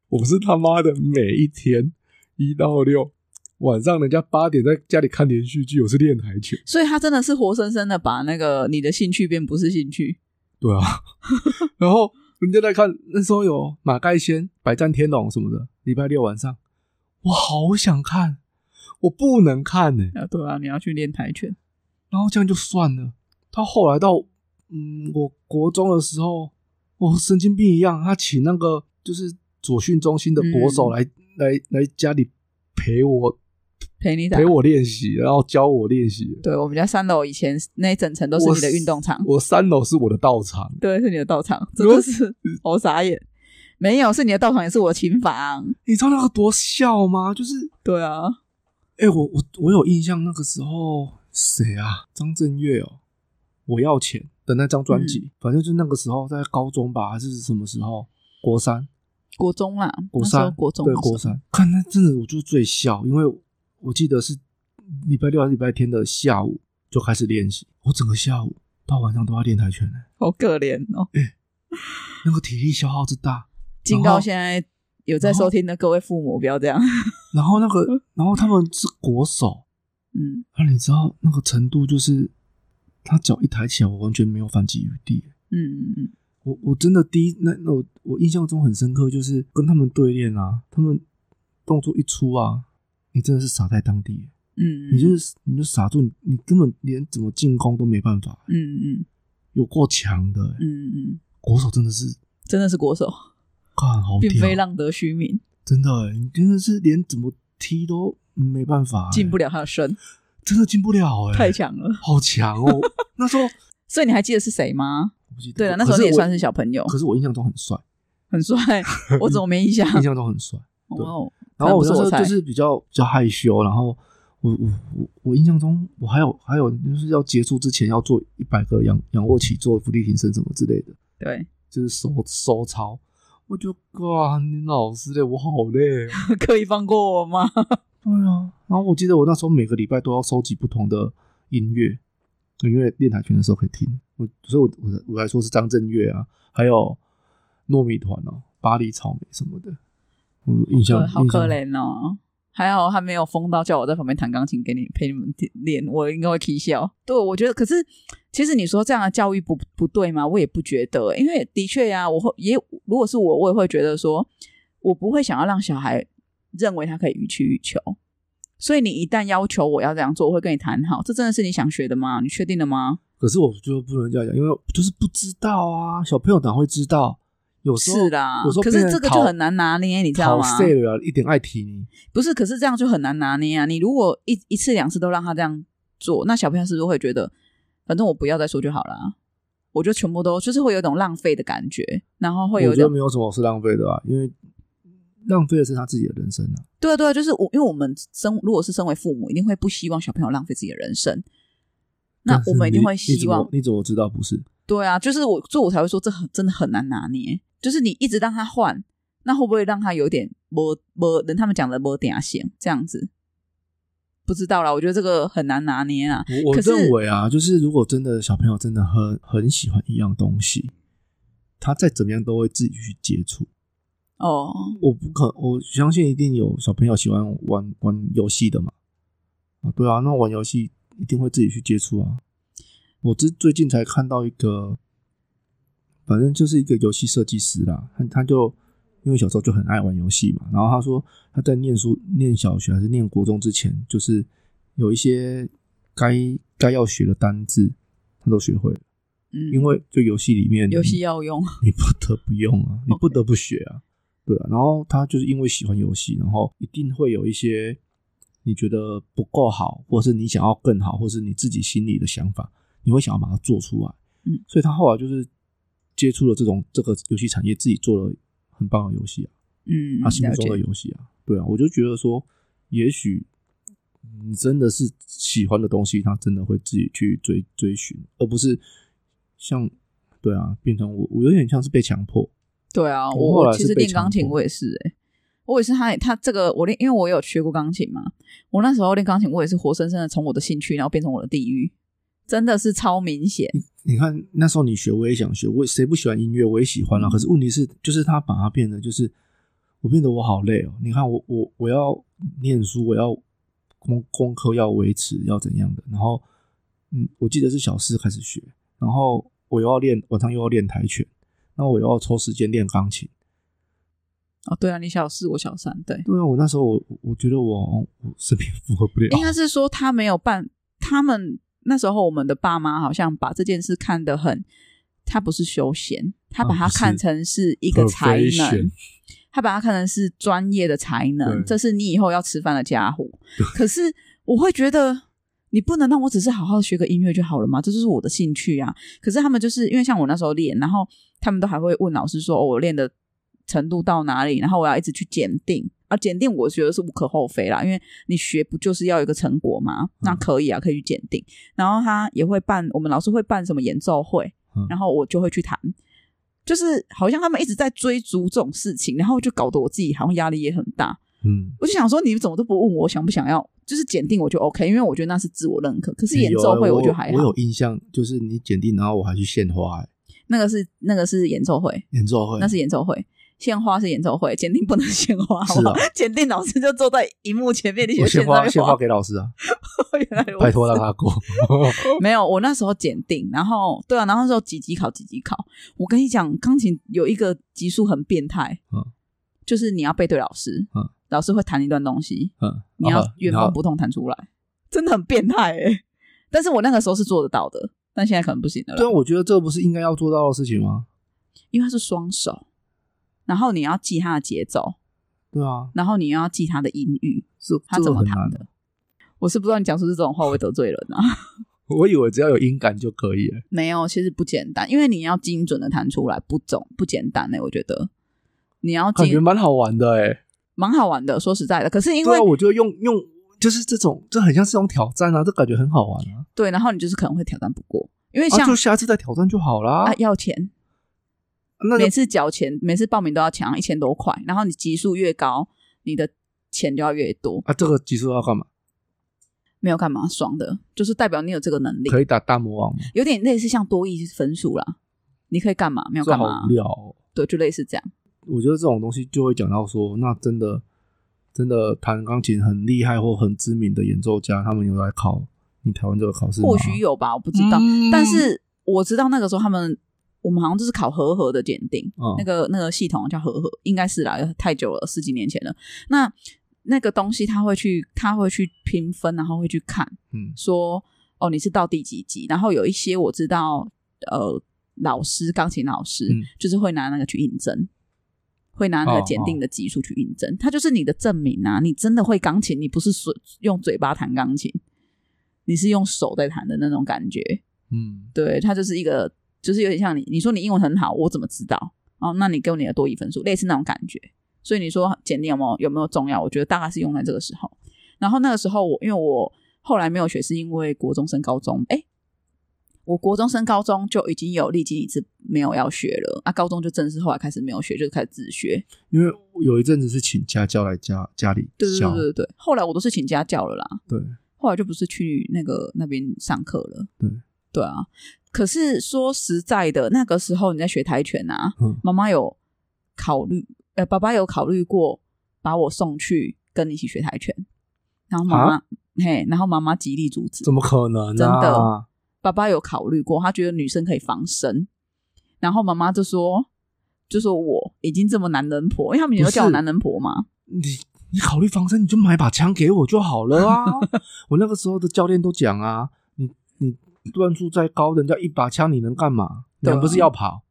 A: 我是他妈的每一天一到六晚上，人家八点在家里看连续剧，我是练台球。
B: 所以他真的是活生生的把那个你的兴趣变不是兴趣，
A: 对啊， *laughs* 然后人家在看那时候有马盖先、百战天龙什么的，礼拜六晚上，我好想看，我不能看呢、
B: 啊，对啊，你要去练跆拳，
A: 然后这样就算了。他后来到嗯，我国中的时候，我神经病一样，他请那个就是左训中心的国手
B: 嗯
A: 来、来来家里陪我
B: 陪你打
A: 陪。我练习，然后教我练习。
B: 对我们家三楼以前那一整层都是你的运动场，
A: 我三楼是我的道场，
B: 对，是你的道场，真的是我傻眼。没有，是你的道场也是我的琴房。
A: 你知道那个多笑吗？就是
B: 对啊，
A: 哎、我我我有印象，那个时候谁啊？张震岳哦，我要钱的那张专辑，
B: 嗯
A: 反正就那个时候在高中吧，还是什么时候？国三，
B: 国中啦，
A: 国
B: 那时候
A: 三，
B: 国中
A: 对
B: 的时候
A: 国三。看那真的，我就最笑，因为我记得是礼拜六还是礼拜天的下午就开始练习，我整个下午到晚上都在练跆拳呢、
B: 好可怜哦。
A: 那个体力消耗之大。
B: 警告现在有在收听的各位父母，不要这样。
A: 然后那个，然后他们是国手，
B: 嗯，
A: 啊，你知道那个程度就是，他脚一抬起来，我完全没有反击余地。
B: 嗯嗯
A: 我我真的第一那那我我印象中很深刻，就是跟他们对练啊，他们动作一出啊，你真的是傻在当地，
B: 嗯，
A: 你就是你就傻住，你你根本连怎么进攻都没办法，
B: 嗯嗯
A: 有够强的、
B: 嗯嗯嗯，
A: 国手真的是
B: 真的是国手，
A: 看好
B: 并非
A: 屌，
B: 浪得虚名，
A: 真的、你真的是连怎么踢都没办法、
B: 进不
A: 了，
B: 了他的身，
A: 真的进不了哎、
B: 太强了。
A: 好强哦！ *laughs* 那时候我
B: 所以你还记得是谁吗？
A: 不记得
B: 对啊了，那时候你也算是小
A: 朋
B: 朋友，
A: 可是我印象中很
B: *laughs*
A: 帅，
B: 很帅，我怎么没印象？
A: 印象中很帅。对
B: 哇哦，
A: 然后我那时
B: 可能不是
A: 候
B: 我
A: 就
B: 菜，
A: 是比较比较害羞，然后我我我我印象中我还有还有就是要结束之前要做一百个仰仰卧起坐、伏地挺身什么之类的，
B: 对， *laughs*
A: 就是收收操。我就哇，你老师嘞，我好累哦。 *laughs*
B: 可以放过我吗？
A: 对啊，然后我记得我那时候每个礼拜都要收集不同的音乐，因为练跆拳的时候可以听。我所以我我我来说是张震岳啊，还有糯米团哦、巴黎草莓什么的。我印象
B: 对，呃好可
A: 印象
B: 怜哦。还好他没有疯到叫我在旁边弹钢琴给你陪你们练，我应该会啼笑。对，我觉得，可是其实你说这样的教育不不对吗？我也不觉得，欸因为的确啊呀、我会也如果是我，我也会觉得说，我不会想要让小孩认为他可以予取予求。所以你一旦要求我要这样做，我会跟你谈好，这真的是你想学的吗？你确定了吗？
A: 可是我就不能这样讲，因为就是不知道啊，小朋友哪会知道？有时候
B: 是啦
A: 有时候，
B: 可
A: 别
B: 是
A: 人
B: 这个就
A: 考
B: 很难拿捏，你知道
A: 考
B: 吗？
A: 碎了啊，一点爱提你，
B: 不是，可是这样就很难拿捏啊！你如果一一次两次都让他这样做，那小朋友是不是会觉得，反正我不要再说就好了？啊我就全部都就是会有一种浪费的感觉，然后会有
A: 我
B: 一
A: 觉得
B: 种
A: 没有什么是浪费的啊，因为浪费的是他自己的人生啊。
B: 对啊对啊，就是我因为我们身如果是身为父母，一定会不希望小朋友浪费自己的人生，那
A: 但是
B: 我们一定
A: 你
B: 会希望
A: 你怎么你怎么知道不是？
B: 对啊，就是我，所以我才会说这很真的很难拿捏。就是你一直让他换，那会不会让他有点没没人他们讲的没点啊线这样子？不知道啦，我觉得这个很难拿捏啊。
A: 我我
B: 可是
A: 认为啊，就是如果真的小朋友真的很很喜欢一样东西，他再怎么样都会自己去接触。
B: 哦，
A: 我不可，我相信一定有小朋友喜欢玩玩游戏的嘛。啊，对啊，那玩游戏一定会自己去接触啊。我之最近才看到一个，反正就是一个游戏设计师啦，他他就因为小时候就很爱玩游戏嘛，然后他说他在念书、念小学还是念国中之前，就是有一些该该要学的单字，他都学会了，
B: 嗯，
A: 因为就游戏里面
B: 游戏要用， *laughs*
A: 你不得不用啊，你不得不学啊，对啊。然后他就是因为喜欢游戏，然后一定会有一些你觉得不够好，或是你想要更好，或是你自己心里的想法，你会想要把它做出来。
B: 嗯，
A: 所以他后来就是接触了这种这个游戏产业，自己做了很棒的游戏啊，
B: 嗯，
A: 他心目
B: 了
A: 中的
B: 解，
A: 游戏啊，对啊，我就觉得说，也许你真的是喜欢的东西，他真的会自己去追追寻，而不是像对啊，变成我我有点像是被强迫。
B: 对啊，
A: 我
B: 我
A: 后来
B: 其
A: 是
B: 实
A: 被
B: 练钢
A: 强
B: 琴
A: 迫
B: 我也是哎、我也是他他这个我练，因为我有学过钢琴嘛，我那时候练钢琴我也是活生生的从我的兴趣然后变成我的地狱，真的是超明显。
A: 你看那时候你学，我也想学，我也谁不喜欢音乐，我也喜
B: 嗯
A: 欢啊。可是问题是，就是他把它变得就是我变得我好累哦。你看我我我要念书，我要功功课要维持，要怎样的？然后嗯，我记得是小四开始学，然后我又要练晚上又要练跆拳，那我又要抽时间练钢琴。嗯
B: 哦，对啊，你小四，我小三，对，
A: 对啊，我那时候我我我觉得我好像我身边符合不了。
B: 应该是说他没有办，他们那时候我们的爸妈好像把这件事看得很，他不是休闲，他把
A: 啊
B: 它
A: 不是
B: 看成是一个才能
A: Profession，
B: 他把它看成是专业的才能
A: 对，
B: 这是你以后要吃饭的家伙。可是我会觉得。你不能让我只是好好学个音乐就好了嘛？这就是我的兴趣啊。可是他们就是因为像我那时候练，然后他们都还会问老师说、哦我练的程度到哪里，然后我要一直去检定。啊，检定我觉得是无可厚非啦，因为你学不就是要有一个成果嘛？
A: 嗯
B: 那可以啊，可以去检定。然后他也会办，我们老师会办什么演奏会
A: 嗯，
B: 然后我就会去弹。就是好像他们一直在追逐这种事情，然后就搞得我自己好像压力也很大。
A: 嗯，
B: 我就想说，你怎么都不问我想不想要？就是检定我就 OK，因为我觉得那是自我认可。可是演
A: 有
B: 奏
A: 啊
B: 会
A: 我
B: 就还好，
A: 我有印象，就是你检定，然后我还去献花、欸，
B: 那个是那个是演奏会，
A: 演奏会
B: 那是演奏会。献花是演奏会，检定不能献花，好
A: 是
B: 不好 *laughs*
A: 啊？
B: 检定老师就坐在荧幕前 *laughs* 面，你学
A: 我
B: 献
A: 献
B: 上
A: 花
B: 面
A: 献花给老师啊，
B: 原来如此
A: 拜托让他
B: *laughs*
A: 过。
B: 没有，我那时候检定，然后对啊，然后那时候几级考几级考。我跟你讲，钢琴有一个级数很变态，
A: 嗯
B: 就是你要背对老师，
A: 嗯
B: 老师会弹一段东西，
A: 嗯，
B: *laughs* 你要
A: 然后
B: 原
A: 然
B: 封
A: 后
B: 不动弹出来，真的很变态哎、但是我那个时候是做得到的，但现在可能不行了啦
A: 对啊，我觉得这不是应该要做到的事情吗？
B: 因为它是双手，然后你要记它的节奏，
A: 对啊，
B: 然后你又要记它的音域，
A: 这
B: 它
A: 这
B: 怎
A: 个
B: 么
A: 很
B: 弹
A: 难。
B: 的。我是不知道你讲出这种话会得罪人啊，
A: 我以为只要有音感就可以了。
B: 没有，其实不简单，因为你要精准的弹出来，不总不简单欸呢、我觉得你要
A: 感
B: 精
A: 觉蛮好玩的哎、欸。
B: 蛮好玩的，说实在的，可是因为
A: 对啊，我觉得用用就是这种，这很像是一种挑战啊，这感觉很好玩啊。
B: 对，然后你就是可能会挑战不过，因为
A: 啊，
B: 像
A: 就下次再挑战就好啦。
B: 啊要钱，
A: 那就
B: 每次缴钱，每次报名都要抢一千多块，然后你级数越高，你的钱就要越多。
A: 啊，这个技术要干嘛？
B: 没有干嘛爽的，就是代表你有这个能力，
A: 可以打大魔王吗？
B: 有点类似像多益分数啦。你可以干嘛？没有
A: 这
B: 干
A: 好
B: 嘛
A: 无？聊、哦。
B: 对，就类似这样。
A: 我觉得这种东西就会讲到说，那真的真的弹钢琴很厉害或很知名的演奏家，他们有来考你台湾这个考试吗？
B: 或许有吧，我不知道。
A: 嗯
B: 但是我知道那个时候他们，我们好像就是考和合的检定，
A: 嗯
B: 那个那个系统叫和合，应该是啦，太久了，十几年前了。那那个东西他会去，他会去评分，然后会去看，
A: 嗯
B: 说哦你是到第几级，然后有一些我知道，呃，老师钢琴老师、
A: 嗯
B: 就是会拿那个去应征，会拿那个检定的级数去应征，它就是你的证明啊，你真的会钢琴，你不是说用嘴巴弹钢琴，你是用手在弹的那种感觉，
A: 嗯，
B: 对，它就是一个就是有点像你，你说你英文很好，我怎么知道？哦，那你给我你的多益分数，类似那种感觉。所以你说检定有没有有没有重要？我觉得大概是用在这个时候。然后那个时候我因为我后来没有学，是因为国中升高中，哎，我国中升高中就已经有历经一次没有要学了，啊，高中就正式后来开始没有学，就开始自学。
A: 因为有一阵子是请家教来家家里
B: 对对
A: 教，
B: 对对对，后来我都是请家教了啦。
A: 对
B: 后来就不是去那个那边上课了。
A: 对
B: 对啊，可是说实在的，那个时候你在学跆拳啊，
A: 嗯
B: 妈妈有考虑，呃，爸爸有考虑过把我送去跟你一起学跆拳，然后妈妈、嘿，然后妈妈极力阻止
A: 啊怎，么可能、啊？
B: 真的爸爸有考虑过，他觉得女生可以防身，然后妈妈就说。就说我已经这么男人婆，因为他们也都叫我
A: 不是
B: 男人婆嘛。
A: 你你考虑防身，你就买把枪给我就好了啊！ *laughs* 我那个时候的教练都讲啊，你你段数再高，人家一把枪你能干嘛？你
B: 对啊
A: 还不是要跑？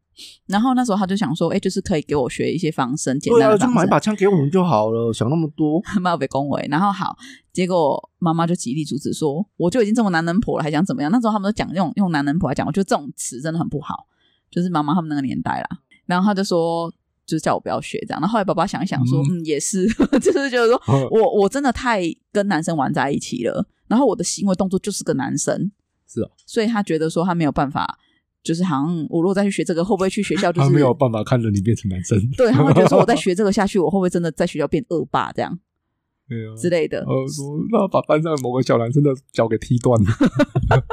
B: 然后那时候他就想说，哎、就是可以给我学一些防身，简
A: 对
B: 单
A: 啊，
B: 的
A: 就
B: 防
A: 买
B: 身。
A: 把枪给我们就好了，想那么
B: *laughs*
A: 多。
B: 妈妈被恭维，然后好，结果妈妈就极力阻止说，我就已经这么男人婆了，还想怎么样？那时候他们都讲用用男人婆来讲，我觉得这种词真的很不好，就是妈妈他们那个年代啦。然后他就说，就是叫我不要学这样。然后后来爸爸想一想说，嗯，也是， *laughs* 就是就是说我我真的太跟男生玩在一起了，然后我的行为动作就是个男生，
A: 是哦，
B: 所以他觉得说他没有办法，就是好像我如果再去学这个，会不会去学校就
A: 啊
C: 他
B: 是
C: 没有办法看着你变成男生，
B: 对他们觉得说我再学这个下去，我会不会真的在学校变恶霸这样
C: 对啊，
B: 之类的？
A: 哦
C: 呃，说那把班上某个小男生的脚给踢断
B: 哦
C: 了，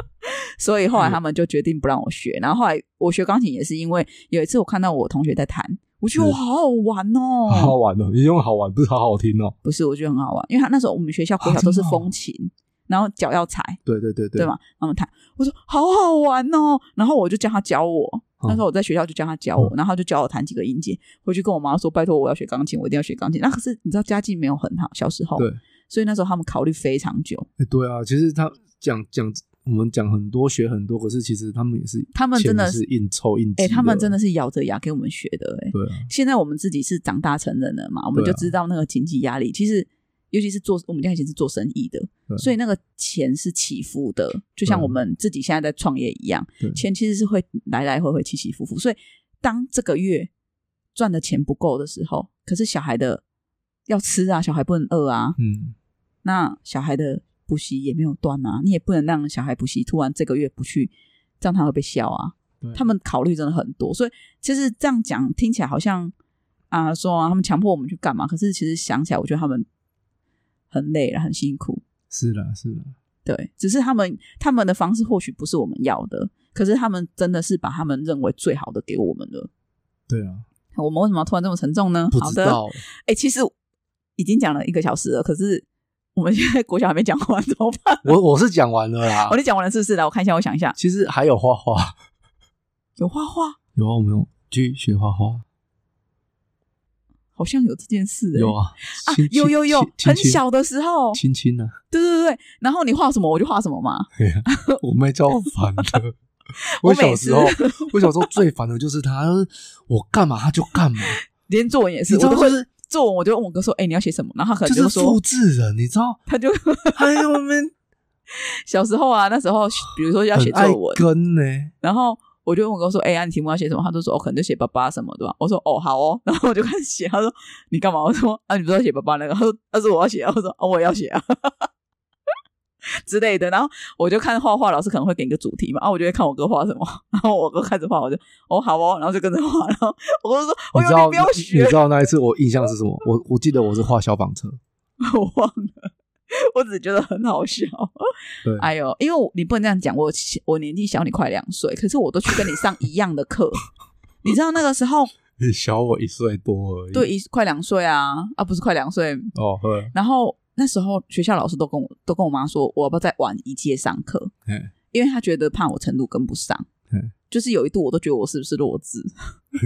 B: 所以后
A: 嗯
B: 来他们就决定不让我学。然后后来我学钢琴也是因为有一次我看到我同学在弹，我觉得
A: 嗯
C: 是
B: 我好好玩哦，
C: 好好玩哦！你用好玩不是好好听哦？
B: 不是我觉得很好玩，因为他那时候我们学校国小都是风琴，
A: 哦
B: 然后脚要踩，
A: 对对对
B: 对
A: 对
B: 吗？然后我们弹，我说好好玩哦，然后我就叫他教我。
A: 嗯
B: 那时候我在学校就叫他教我，然后他就教我弹几个音阶。回去跟我妈说：“拜托，我要学钢琴，我一定要学钢琴。”那可是你知道家境没有很好，小时候，
A: 对，
B: 所以那时候他们考虑非常久。
A: 哎对啊，其实他讲讲我们讲很多学很多，可是其实他们也是
B: 他们真的
A: 钱是硬凑硬挤，
B: 哎、他们真
A: 的
B: 的是咬着牙给我们学的、哎，
A: 对啊，
B: 现在我们自己是长大成人了嘛，我们
A: 对
B: 就
A: 啊
B: 知道那个经济压力，其实尤其是做我们家以前是做生意的
A: 对，
B: 所以那个钱是起伏的，就像
A: 对
B: 我们自己现在在创业一样
A: 对，
B: 钱其实是会来来回回起起伏伏。所以当这个月赚的钱不够的时候，可是小孩的要吃啊，小孩不能饿啊，
A: 嗯，
B: 那小孩的补习也没有断啊，你也不能让小孩补习突然这个月不去，这样他会被笑啊
A: 对。
B: 他们考虑真的很多，所以其实这样讲听起来好像啊、说啊他们强迫我们去干嘛，可是其实想起来，我觉得他们很累了，很辛苦。
A: 是啦是啦，
B: 对，只是他们他们的方式或许不是我们要的，可是他们真的是把他们认为最好的给我们了。
A: 对啊，
B: 我们为什么要突然这么沉重呢？
A: 不
B: 好
A: 知
B: 的，
A: 道
B: 哎、其实已经讲了一个小时了，可是我们现在国小还没讲完，怎么办？
A: 我我是讲完了啦
B: 哦，，你讲完了是不是？ *laughs* 来，我看一下，我想一下，
A: 其实还有画画，
B: 有画画，
A: 有啊，我们有去学画画，
B: 好像有这件事、欸。
A: 有啊
B: 啊
A: 亲，
B: 有有有
A: 亲，亲
B: 很
A: 亲
B: 小的时候，
A: 亲亲啊，
B: 对对对对。然后你画什么，我就画什么嘛。
C: 我妹超烦
B: *laughs*
C: 的。
B: 我
C: 我
B: 每
C: 小
B: 次
C: 时候，我小时候最烦的就是她，就是我干嘛她就干嘛，
B: 连作文也是，
A: 你知
B: 我
A: 道
B: 都会
A: 就是
B: 作文，我就问我哥说：“哎、你要写什么？”然后他可
A: 就
B: 能
A: 是
B: 会说
A: 复，制人，你知道？
B: 他就 *laughs*
A: 哎呦，我们
B: 小时候啊，那时候比如说要写
A: 很爱
B: 作文，
A: 跟呢、
B: 然后。我就问我哥说：“哎、呀、你题目要写什么？”他就说：“哦，可能就写爸爸什么，对吧？”我说：“哦，好哦。”然后我就开始写。他说：“你干嘛？”我说：“啊，你不是要写爸爸那个？”他 *laughs* 说：“他说我要写啊。”我说：“哦，我也要写啊。”之类的。然后我就看画画，老师可能会给一个主题嘛，啊，我就会看我哥画什么，然后我哥开始画，我就哦好哦，然后就跟着画。然后我哥就说：“
A: 你
B: 我
A: 知
B: 有
A: 道
B: 哎你不要
A: 你
B: 学
A: 知，道那一次我印象是什么？我我记得我是画消防车，
B: *laughs* 我忘了。”我只觉得很好笑，
A: 对
B: 哎呦，因为我你不能这样讲，我我年纪小你快两岁，可是我都去跟你上一样的课，你知道那个时候
C: 你小我一岁多而已。
B: 对，一快两岁啊，啊不是快两岁。
C: 哦，
A: *laughs*
C: 呵
B: 然后那时候学校老师都跟我都跟我妈说，我要不要再晚一届上课
A: 嗯？
B: 因为他觉得怕我程度跟不上
A: 嗯。
B: 就是有一度我都觉得我是不是弱智，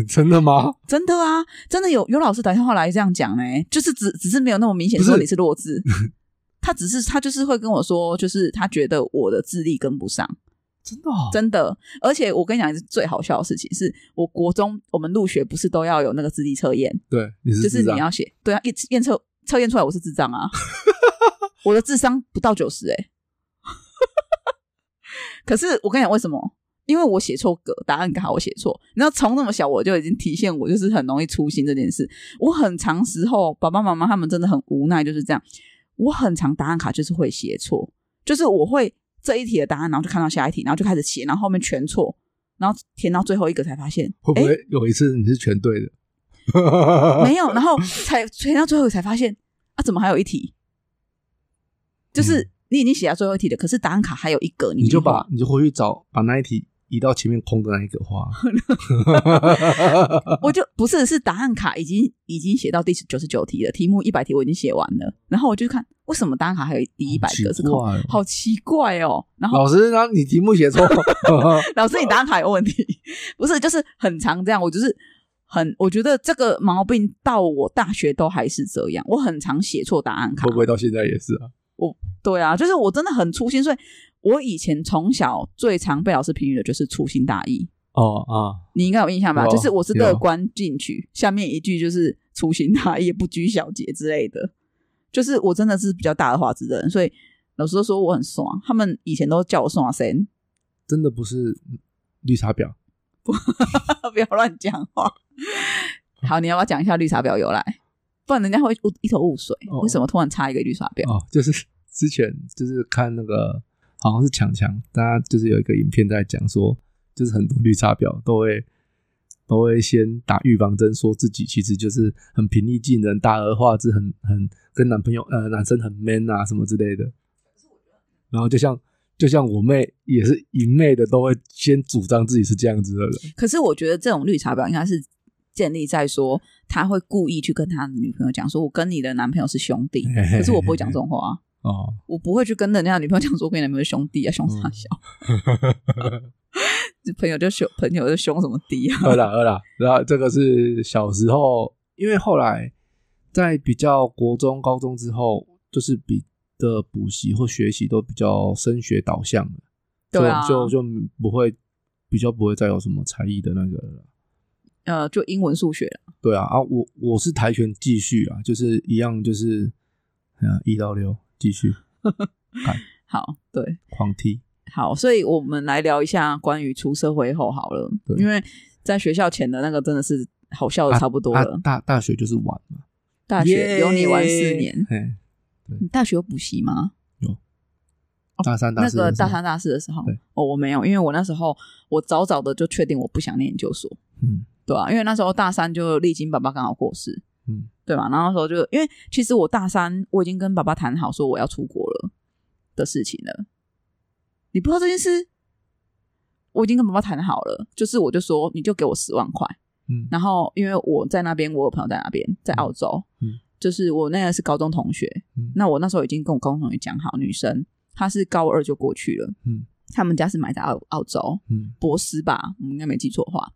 C: 真的吗？
B: 真的啊，真的有有老师打电话来这样讲呢、欸就是只只是没有那么明显
C: 不是
B: 说你是弱
C: *laughs*
B: 智，他只是他就是会跟我说，就是他觉得我的智力跟不上。
A: 真的、哦，
B: 真的，而且我跟你讲，最好笑的事情是，我国中我们入学不是都要有那个智力测验，
A: 对，你是
B: 就是
A: 智障
B: 你要写，对啊，验验测测验出来我是智障啊， *laughs* 我的智商不到九十哎，可是我跟你讲为什么？因为我写错格，答案刚好我写错。你知道从那么小我就已经体现我就是很容易粗心这件事。我很长时候爸爸妈妈他们真的很无奈，就是这样。我很长答案卡就是会写错，就是我会这一题的答案，然后就看到下一题，然后就开始写，然后后面全错，然后填到最后一个才发现，
A: 会不
B: 诶
A: 会有一次你是全对的？*laughs*
B: 哎没有，然后才填到最后才发现啊，怎么还有一题？就是你已经写到最后一题了，可是答案卡还有一格，
A: 嗯你就
B: 没画
A: 把你就回去找把那一题移到前面空的那一个
B: *laughs*
A: 画， *laughs*
B: 我就不是是答案卡已经已经写到第九十九题了，题目一百题我已经写完了，然后我就看为什么答案卡还有第一百格是空，
A: 好奇怪哦
B: 好奇怪哦。然后
A: *laughs* 老师，那你题目写 *laughs* 错，
B: 老师，你答案卡有问题， *laughs* 不是就是很常这样，我就是。很，我觉得这个毛病到我大学都还是这样，我很常写错答案卡。
C: 会不会到现在也是啊？
B: 对啊，就是我真的很粗心，所以我以前从小最常被老师评语的就是粗心大意。
A: 哦啊，
B: 你应该有印象吧？
A: 有
B: 就是我是
A: 有啊
B: 乐观进取，下面一句就是粗心大意、不拘小节之类的。就是我真的是比较大而化之的人，所以老师都说我很爽。他们以前都叫我爽神， *laughs*
A: 真的不是绿茶婊，哦
B: 不要乱讲话。好，你要不要讲一下绿茶婊由来？不然人家会一一头雾水，
A: 哦
B: 为什么突然插一个绿茶婊？
A: 哦，就是之前就是看那个好像是强强，大家就是有一个影片在讲说，就是很多绿茶婊都会都会先打预防针，说自己其实就是很平易近人、大而化之，很很跟男朋友呃男生很 man 啊什么之类的。然后就像就像我妹也是一妹的，都会先主张自己是这样子的人。
B: 可是我觉得这种绿茶婊应该是建立在说他会故意去跟他的女朋友讲说，我跟你的男朋友是兄
A: *laughs*
B: 弟，可是我不会讲这种话、啊，
A: 哦，
B: 我不会去跟人家的女朋友讲说我跟你男朋友是兄
A: 嗯
B: 弟啊，凶啥小？朋友就凶，朋友就凶什么弟
A: *laughs*
B: 啊？
A: 饿啦饿啦，然后这个是小时候，因为后来在比较国中、高中之后，就是比的补习或学习都比较升学导向了，
B: 对啊
A: 就就就不会比较不会再有什么才艺的那个了。
B: 呃，就英文、数学啊
A: 对啊啊，我我是跆拳继续啊，就是一样就是啊一到六继续
B: 好，对，
A: 狂踢，
B: 好，所以我们来聊一下关于出社会后好了，
A: 对
B: 因为在学校前的那个真的是好笑的差不多
A: 啊
B: 了。
A: 大大学就是玩嘛，
B: 大学
A: 耶嗯
B: 有你玩四年，
A: 嘿，
B: 你大学有补习吗？
A: 大三大
B: 那
A: 四
B: 个
A: 的时
B: 大
A: 候
B: 三大四的时候
A: 对，
B: 哦，我没有，因为我那时候我早早的就确定我不想念研究所，
A: 嗯
B: 对啊，因为那时候大三就历经爸爸刚好过世，
A: 嗯，
B: 对吧？然后那时候就因为其实我大三我已经跟爸爸谈好说我要出国了的事情了，你不知道这件事，我已经跟爸爸谈好了，就是我就说你就给我十万块，
A: 嗯
B: 然后因为我在那边，我有朋友在那边，在澳洲，
A: 嗯
B: 就是我那个是高中同学，
A: 嗯
B: 那我那时候已经跟我高中同学讲好，女生她是高二就过去了，
A: 嗯
B: 他们家是买在澳澳洲，
A: 嗯
B: 博斯吧，我应该没记错的话，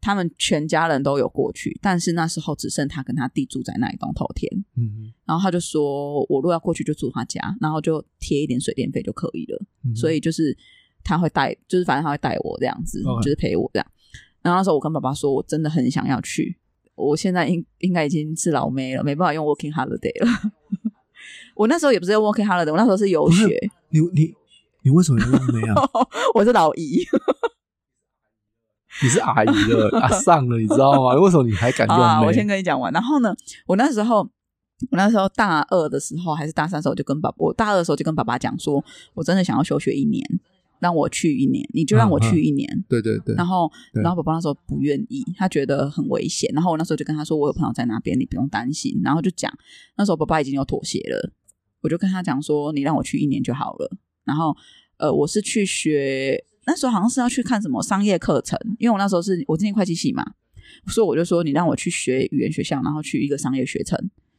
B: 他们全家人都有过去，但是那时候只剩他跟他弟住在那一栋头天，
A: 嗯
B: 然后他就说，我如果要过去就住他家，然后就贴一点水电费就可以了，
A: 嗯，
B: 所以就是他会带，就是反正他会带我这样子
A: OK
B: 就是陪我这样。然后那时候我跟爸爸说，我真的很想要去，我现在应应该已经是老妹了，没办法用 working holiday 了。 *laughs* 我那时候也不是用 working holiday，我那时候是游
A: 不是
B: 学， *laughs*
A: 你你你为什么要用妹啊？
B: 我是老姨。
A: 你是阿姨了，
B: *laughs*
A: 啊上了，你知道吗？为什么你还敢用
B: 好啊，
A: 妹？
B: 我先跟你讲完。然后呢，我那时候，我那时候大二的时候还是大三的时候，就跟爸，我大二的时候就跟爸爸讲说，我真的想要休学一年，让我去一年，你就让我
A: 嗯
B: 去一年。
A: 对对对，
B: 然后，
A: 对
B: 然后爸爸那时候不愿意，他觉得很危险。然后我那时候就跟他说，我有朋友在那边，你不用担心。然后就讲，那时候爸爸已经有妥协了，我就跟他讲说，你让我去一年就好了。然后，呃，我是去学，那时候好像是要去看什么商业课程，因为我那时候是我之前会计系嘛，所以我就说你让我去学语言学校，然后去一个商业学程，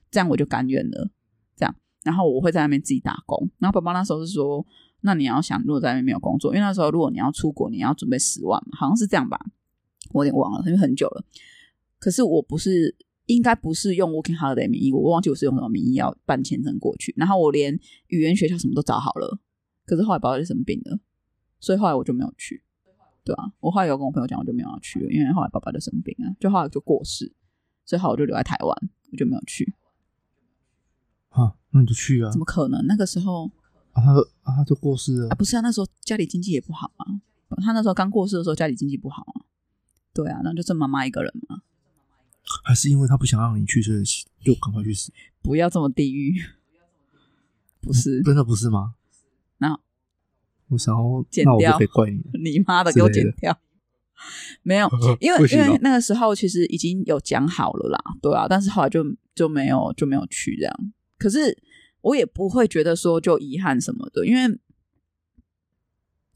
B: 这样我就甘愿了。这样，然后我会在那边自己打工。然后爸爸那时候是说，那你要想，如果在那边没有工作，因为那时候如果你要出国，你要准备十万嘛，好像是这样吧，我有点忘了，因为很久了。可是我不是，应该不是用 working holiday 名义，我忘记我是用什么名义要办签证过去。然后我连语言学校什么都找好了，可是后来爸爸就生病了，所以后来我就没有去。对啊，我后来有跟我朋友讲，我就没有要去了，因为后来爸爸就生病了，就后来就过世，所以后来我就留在台湾，我就没有去。
A: 啊，那你就去啊
B: 怎，么可能？那个时候
A: 啊他啊他就过世了
B: 啊，，不是啊，那时候家里经济也不好啊。他那时候刚过世的时候，家里经济不好啊。对啊，那就剩妈妈一个人嘛。
A: 还是因为他不想让你去，所以就赶快去死？
B: 不要这么地狱， *laughs* 不是 *laughs*
A: 真的不是吗？
B: 那
A: 我想要
B: 剪，
A: 那我
B: 掉
A: 就可以怪你了。 *laughs*
B: 你妈的，给我
A: 之类
B: 剪
A: 的
B: 掉。 *laughs* 没有，因为
A: 不行
B: 因
A: 哦
B: 为那个时候其实已经有讲好了啦，对啊，但是后来就就没有就没有去这样。可是我也不会觉得说就遗憾什么的，因为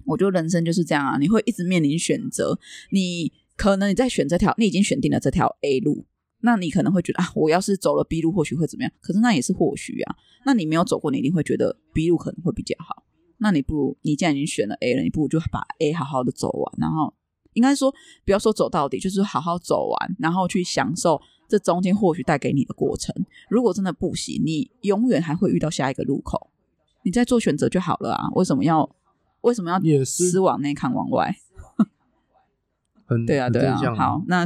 B: 我觉得人生就是这样啊，你会一直面临选择，你可能你在选这条，你已经选定了这条 A 路，那你可能会觉得啊，我要是走了 B 路，或许会怎么样？可是那也是或许啊，那你没有走过，你一定会觉得 B 路可能会比较好。那你不如你既然已经选了 A 了，你不如就把 A 好好的走完，然后应该说不要说走到底，就是好好走完，然后去享受这中间或许带给你的过程。如果真的不行，你永远还会遇到下一个路口，你再做选择就好了啊。为什么要为什么要
A: 也是嗯
B: 思往内看往外？
A: 很
B: 对啊，对啊
A: 很正向。
B: 好，那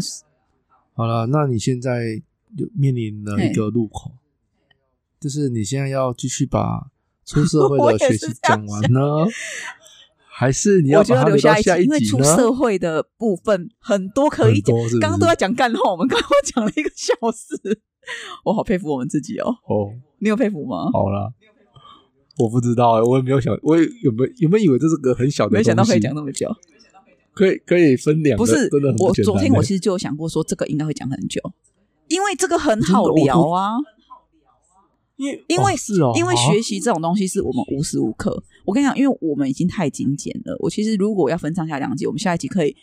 A: 好了，那你现在就面临了一个路口，就是你现在要继续把出社会
B: *laughs* 我
A: 的
B: 也
A: 学
B: 是
A: 习
B: 这样
A: 讲完呢，还是你要
B: 我觉
A: 把
B: 得
A: 它
B: 留
A: 留到
B: 一
A: 下
B: 集，因为
A: 集
B: 出
A: 呢？
B: 社会的部分很多可以讲
A: 很多是不。是
B: 刚刚都在讲干话，我们刚刚讲了一个小时，我好佩服我们自己哦。
A: 哦，
B: 你有佩服吗？
A: 好啦，我不知道哎、我也没有想，我也有没有有没有以为这是个很小的东西，
B: 没想到可以讲那么久，
A: 可以可以分两个，
B: 不是
A: 真的很？
B: 我
A: 不简单
B: 昨
A: 欸
B: 天我其实就有想过说，这个应该会讲很久，因为这个很
A: 真的
B: 好
A: 我
B: 聊啊。
A: 因为
B: 因为、
A: 哦是哦，
B: 因为
A: 啊
B: 学习这种东西是我们无时无刻。我跟你讲，因为我们已经太精简了。我其实如果要分上下两集，我们下一集可以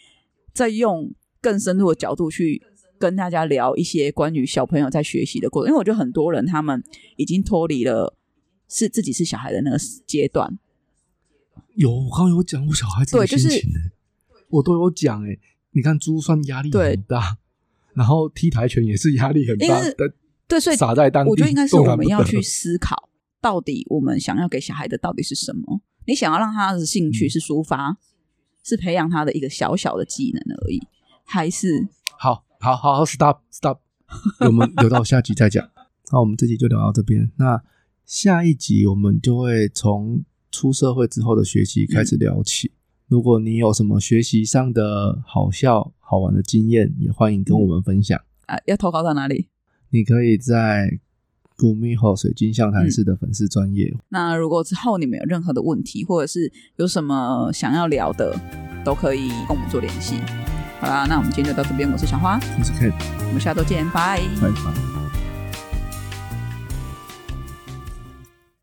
B: 再用更深入的角度去跟大家聊一些关于小朋友在学习的过程。因为我觉得很多人他们已经脱离了是自己是小孩的那个阶段，
A: 有，我刚刚有讲我小孩子的
B: 对就是
A: 心情欸我都有讲哎、你看珠算压力
B: 对
A: 很大，然后踢台拳也是压力很
B: 因
A: 大
B: 为是，
A: 但
B: 对，所以
A: 撒在当地，
B: 我觉得应该是
A: 动弹
B: 我们
A: 不
B: 要
A: 得
B: 去思考，到底我们想要给小孩的到底是什么？你想要让他的兴
A: 嗯
B: 趣是抒发，是培养他的一个小小的技能而已，还是
A: *laughs* 好好好好，stop
B: *laughs*
A: stop，我们留到下集再讲。那我们这集就聊到这边。那下一集我们就会从出社会之后的学习开始
B: 嗯
A: 聊起。如果你有什么学习上的好笑、好玩的经验，也欢迎跟我们分享。
B: 啊、要投稿到哪里？
A: 你可以在古密后水晶象谈室的粉丝专业，
B: 那如果之后你们有任何的问题，或者是有什么想要聊的，都可以跟我们做联系。好啦，那我们今天就到这边，我是小花，
A: 就是可以
B: 我们下周见，拜。
A: 拜拜。